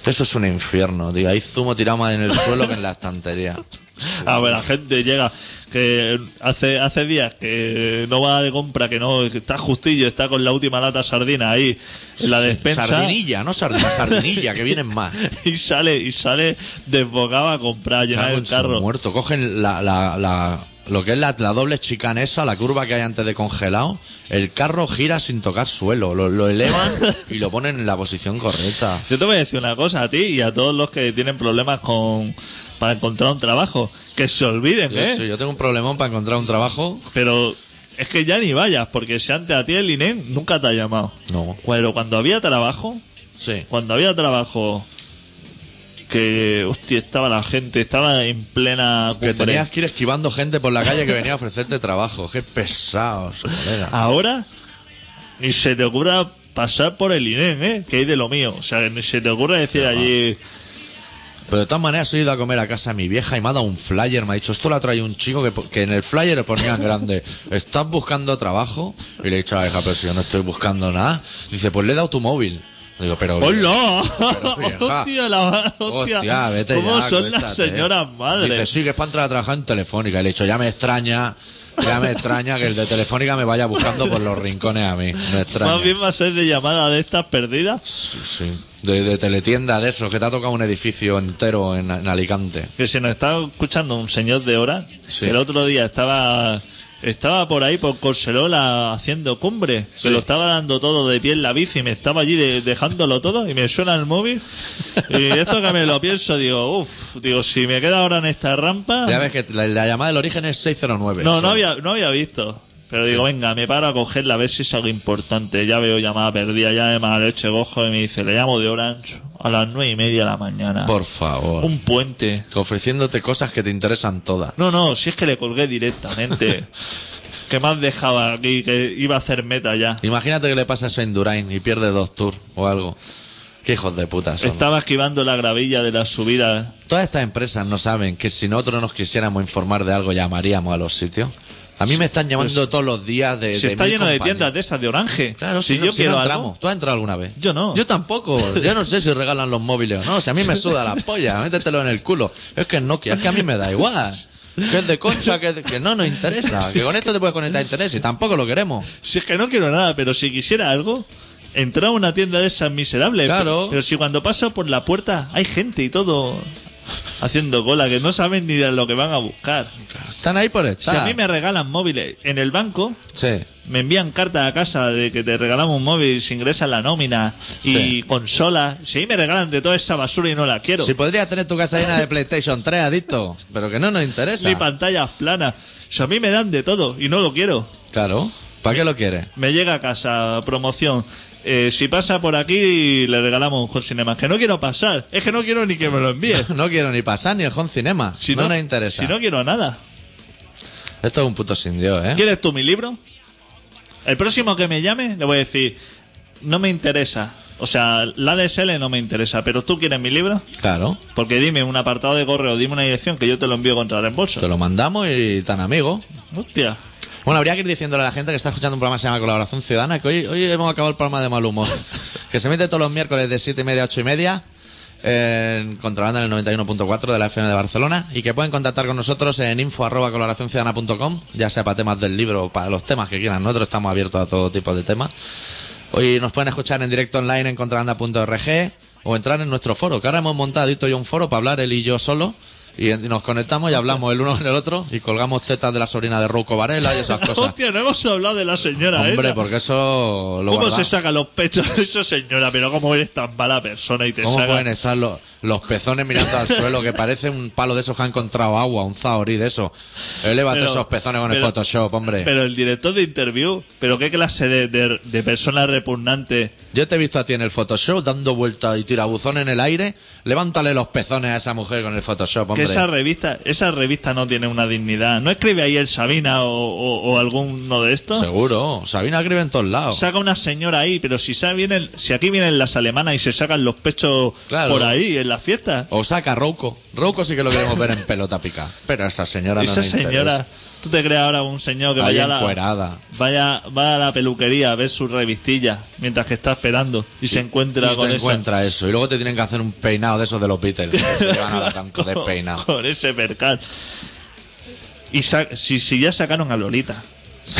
Speaker 1: eso es un infierno, tío. Hay zumo tirado más en el suelo que en la estantería.
Speaker 2: A ver, la gente llega que hace hace días que no va de compra, que no que está justillo, está con la última lata de sardina ahí en la despensa
Speaker 1: Sardinilla, no sardina, sardinilla, que vienen más.
Speaker 2: y sale y sale desbocado a comprar, llenar
Speaker 1: Cago
Speaker 2: el
Speaker 1: en su
Speaker 2: carro.
Speaker 1: muerto. Cogen la, la- la- lo que es la, la doble chicana esa, la curva que hay antes de congelado. El carro gira sin tocar suelo, lo, lo elevan y lo ponen en la posición correcta.
Speaker 2: Yo te voy a decir una cosa a ti y a todos los que tienen problemas con para encontrar un trabajo, que se olviden,
Speaker 1: Yo,
Speaker 2: ¿eh?
Speaker 1: sí, yo tengo un problemón para encontrar un trabajo.
Speaker 2: Pero es que ya ni vayas, porque si antes a ti el INEM nunca te ha llamado.
Speaker 1: No.
Speaker 2: Pero cuando había trabajo,
Speaker 1: Sí.
Speaker 2: cuando había trabajo que hostia estaba la gente estaba en plena
Speaker 1: Que
Speaker 2: cumbre.
Speaker 1: tenías que ir esquivando gente por la calle que venía a ofrecerte trabajo. Qué pesados, colega.
Speaker 2: ahora ni se te ocurra pasar por el INEM ¿eh? que es de lo mío o sea que ni se te ocurra decir allí
Speaker 1: Pero de todas maneras he ido a comer a casa a mi vieja y me ha dado un flyer. Me ha dicho, esto lo ha traído un chico que, po- que en el flyer ponían grande. ¿Estás buscando trabajo? Y le he dicho a la vieja, pero si yo no estoy buscando nada. Dice, pues le he dado tu móvil. Digo, pero...
Speaker 2: ¡Hola!
Speaker 1: Pero vieja.
Speaker 2: ¡Hostia, la hostia!
Speaker 1: Hostia, vete
Speaker 2: ¿Cómo
Speaker 1: ya,
Speaker 2: son las
Speaker 1: cuéstate.
Speaker 2: señoras madres?
Speaker 1: Dice, sí, que es para entrar a trabajar en Telefónica. Y le he dicho, ya me extraña... Ya me extraña que el de Telefónica me vaya buscando por los rincones a mí. Me extraña.
Speaker 2: Más bien va a ser de llamada de estas perdidas.
Speaker 1: Sí, sí. De, de teletienda de esos, que te ha tocado un edificio entero en, en Alicante.
Speaker 2: Que se nos está escuchando un señor de hora.
Speaker 1: Sí.
Speaker 2: El otro día estaba estaba por ahí, por Corselola, haciendo cumbre.
Speaker 1: Sí.
Speaker 2: Se lo estaba dando todo de pie en la bici. Me estaba allí de- dejándolo todo y me suena el móvil. Y esto que me lo pienso, digo, uff, digo, si me queda ahora en esta rampa.
Speaker 1: Ya ves que la, la llamada del origen es 609.
Speaker 2: No,
Speaker 1: Eso.
Speaker 2: no había, no había visto. Pero digo, venga, me paro a cogerla a ver si es algo importante. Ya veo llamada perdida, ya de mala leche cojo y me dice, le llamo de Orange a las nueve y media de la mañana.
Speaker 1: Por favor.
Speaker 2: Un puente.
Speaker 1: Ofreciéndote cosas que te interesan todas.
Speaker 2: No, no, si es que le colgué directamente. que más dejaba aquí, que iba a hacer meta ya.
Speaker 1: Imagínate que le pasa eso a Indurain y pierde dos tours o algo. Qué hijos de puta son.
Speaker 2: Estaba esquivando la gravilla de la subida.
Speaker 1: Todas estas empresas no saben que si nosotros nos quisiéramos informar de algo, llamaríamos a los sitios. A mí me están llamando todos los días de.
Speaker 2: Pues Si
Speaker 1: de
Speaker 2: está
Speaker 1: mil
Speaker 2: lleno de
Speaker 1: compañías.
Speaker 2: tiendas de esas de Orange.
Speaker 1: Claro,
Speaker 2: si,
Speaker 1: si, no,
Speaker 2: yo
Speaker 1: si
Speaker 2: quiero
Speaker 1: no
Speaker 2: algo-
Speaker 1: entramos. ¿Tú has entrado alguna vez?
Speaker 2: Yo no.
Speaker 1: Yo tampoco. Yo no sé si regalan los móviles o no. Si a mí me suda la polla, métetelo en el culo. Es que es Nokia, es que a mí me da igual. Que es de concha, que, es de- que no nos interesa. Que con esto te puedes conectar a internet y tampoco lo queremos.
Speaker 2: Si es que no quiero nada, pero si quisiera algo, entrar a una tienda de esas miserables.
Speaker 1: Claro.
Speaker 2: Pero, pero si cuando paso por la puerta hay gente y todo haciendo cola, que no saben ni de lo que van a buscar.
Speaker 1: Están ahí por
Speaker 2: Si
Speaker 1: estar.
Speaker 2: a mí me regalan móviles en el banco,
Speaker 1: Sí.
Speaker 2: me envían cartas a casa de que te regalamos un móvil, se ingresa la nómina y
Speaker 1: Sí.
Speaker 2: consolas. Si ahí me regalan de toda esa basura y no la quiero.
Speaker 1: Si podrías tener tu casa llena de PlayStation 3, adicto. Pero que no nos interesa.
Speaker 2: ni pantallas planas. Si a mí me dan de todo y no lo quiero.
Speaker 1: Claro. ¿Para qué lo quieres?
Speaker 2: Me llega a casa, promoción. Eh, si pasa por aquí, le regalamos un Hot Cinema. Que no quiero pasar. Es que no quiero ni que me lo envíe.
Speaker 1: No quiero ni pasar ni el home cinema.
Speaker 2: Si
Speaker 1: no, nos interesa.
Speaker 2: Si no quiero nada.
Speaker 1: Esto es un puto sin Dios, ¿eh?
Speaker 2: ¿Quieres tú mi libro? El próximo que me llame, le voy a decir, no me interesa. O sea, la DSL no me interesa, pero tú quieres mi libro.
Speaker 1: Claro.
Speaker 2: Porque dime un apartado de correo, dime una dirección que yo te lo envío contra
Speaker 1: Te
Speaker 2: reembolso.
Speaker 1: lo mandamos y tan amigo.
Speaker 2: Hostia.
Speaker 1: Bueno, habría que ir diciéndole a la gente que está escuchando un programa que se llama Colaboración Ciudadana que hoy, hoy hemos acabado el programa de mal humor. Que se mete todos los miércoles de 7 y media a 8 y media en Contrabanda en el 91.4 de la FM de Barcelona y que pueden contactar con nosotros en info arroba colaboracionciudadana.com ya sea para temas del libro o para los temas que quieran. Nosotros estamos abiertos a todo tipo de temas. Hoy nos pueden escuchar en directo online en contrabanda.org o entrar en nuestro foro, que ahora hemos montadito yo un foro para hablar él y yo solo Y en- nos conectamos y hablamos el uno con el otro y colgamos tetas de la sobrina de Rocco Varela y esas cosas.
Speaker 2: Hostia, no hemos hablado de la señora,
Speaker 1: Hombre,
Speaker 2: esa.
Speaker 1: porque eso lo
Speaker 2: ¿Cómo
Speaker 1: guarda-
Speaker 2: se saca los pechos de esa señora? Pero cómo eres tan mala persona y te
Speaker 1: ¿Cómo
Speaker 2: saca...
Speaker 1: pueden estar los, los pezones mirando al suelo? Que parece un palo de esos que ha encontrado agua, un zahorí de eso. Elévate
Speaker 2: Pero-
Speaker 1: esos pezones con el
Speaker 2: pero-
Speaker 1: Photoshop, hombre.
Speaker 2: Pero el director de interview, pero qué clase de, de, de persona repugnante.
Speaker 1: Yo te he visto a ti en el Photoshop dando vueltas y tirabuzón en el aire. Levántale los pezones a esa mujer con el Photoshop,
Speaker 2: Que
Speaker 1: hombre.
Speaker 2: esa revista, esa revista no tiene una dignidad. ¿No escribe ahí el Sabina o, o- o alguno de estos?
Speaker 1: Seguro. Sabina escribe en todos lados.
Speaker 2: Saca una señora ahí, pero si sa- vienen, si aquí vienen las alemanas y se sacan los pechos
Speaker 1: Claro.
Speaker 2: por ahí en la fiesta.
Speaker 1: O saca Rouco. Rouco sí que lo queremos ver en pelota pica. Pero a esa señora no
Speaker 2: Esa
Speaker 1: le interesa.
Speaker 2: señora, ¿tú te crees ahora un señor que
Speaker 1: Ahí
Speaker 2: vaya a,
Speaker 1: encuerada.
Speaker 2: la, vaya, vaya a la peluquería a ver su revistilla mientras que está esperando y, se encuentra
Speaker 1: Y
Speaker 2: con
Speaker 1: te
Speaker 2: esa-
Speaker 1: encuentra eso. Y luego te tienen que hacer un peinado de esos de los Beatles. Que se llevan ahora tanto de
Speaker 2: con,
Speaker 1: peinado.
Speaker 2: con ese percal. Y sa- si, si ya sacaron a Lolita.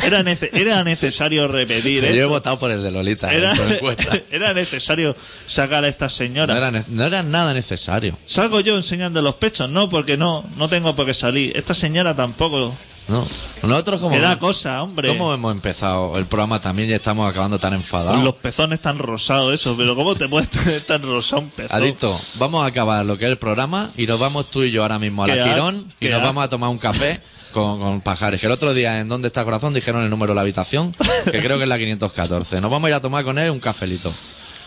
Speaker 2: Era, nece- era necesario repetir,
Speaker 1: Yo he
Speaker 2: ¿eh?
Speaker 1: votado por el de Lolita.
Speaker 2: Era,
Speaker 1: en tu encuesta.
Speaker 2: era necesario sacar a esta señora.
Speaker 1: No era, ne- no era nada necesario.
Speaker 2: Salgo yo enseñando los pechos, no, porque no, no tengo por qué salir. Esta señora tampoco.
Speaker 1: No. Nosotros como...
Speaker 2: Me da cosa, hombre.
Speaker 1: ¿Cómo hemos empezado el programa también y estamos acabando tan enfadados?
Speaker 2: Con los pezones tan rosados, eso. Pero ¿cómo te puedes tener tan rosado un pezón?
Speaker 1: Adicto, vamos a acabar lo que es el programa y nos vamos tú y yo ahora mismo a
Speaker 2: Qué
Speaker 1: la
Speaker 2: ar-
Speaker 1: Quirón y
Speaker 2: qué
Speaker 1: nos
Speaker 2: ar-
Speaker 1: vamos a tomar un café con, con Pajares. Que el otro día en Dónde está Corazón dijeron el número de la habitación, que creo que es la 514. Nos vamos a ir a tomar con él un cafelito.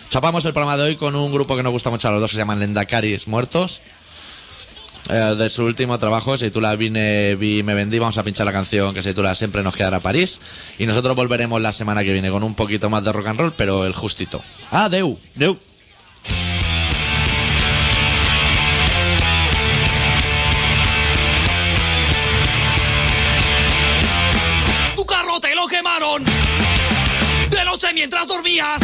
Speaker 1: Chapamos el programa de hoy con un grupo que nos gusta mucho a los dos, se llaman Lendacaris Muertos. Eh, de su último trabajo, si tú la vine, vi, me vendí, vamos a pinchar la canción que se titula Siempre nos quedará París. Y nosotros volveremos la semana que viene con un poquito más de rock and roll, pero el justito. Ah, ¡Adeu!
Speaker 2: Deu.
Speaker 8: Tu carro te lo quemaron. Te lo sé mientras dormías.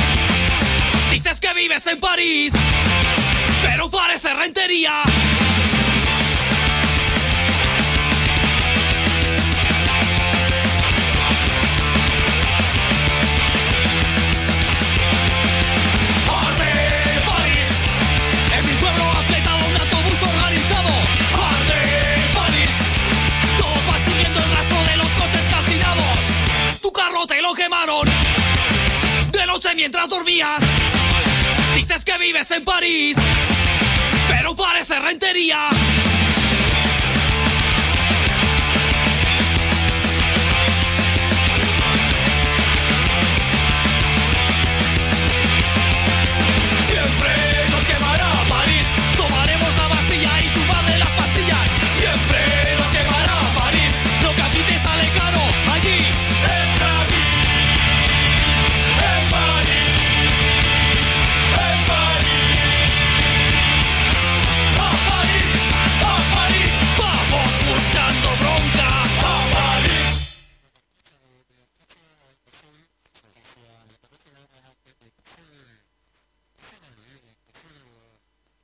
Speaker 8: Dices que vives en París, pero parece rentería. Arde París, en mi pueblo afectado un autobús organizado. Arde París, todos van siguiendo el rastro de los coches calcinados. Tu carro te lo quemaron, de noche mientras dormías. Dices que vives en París, pero parece rentería.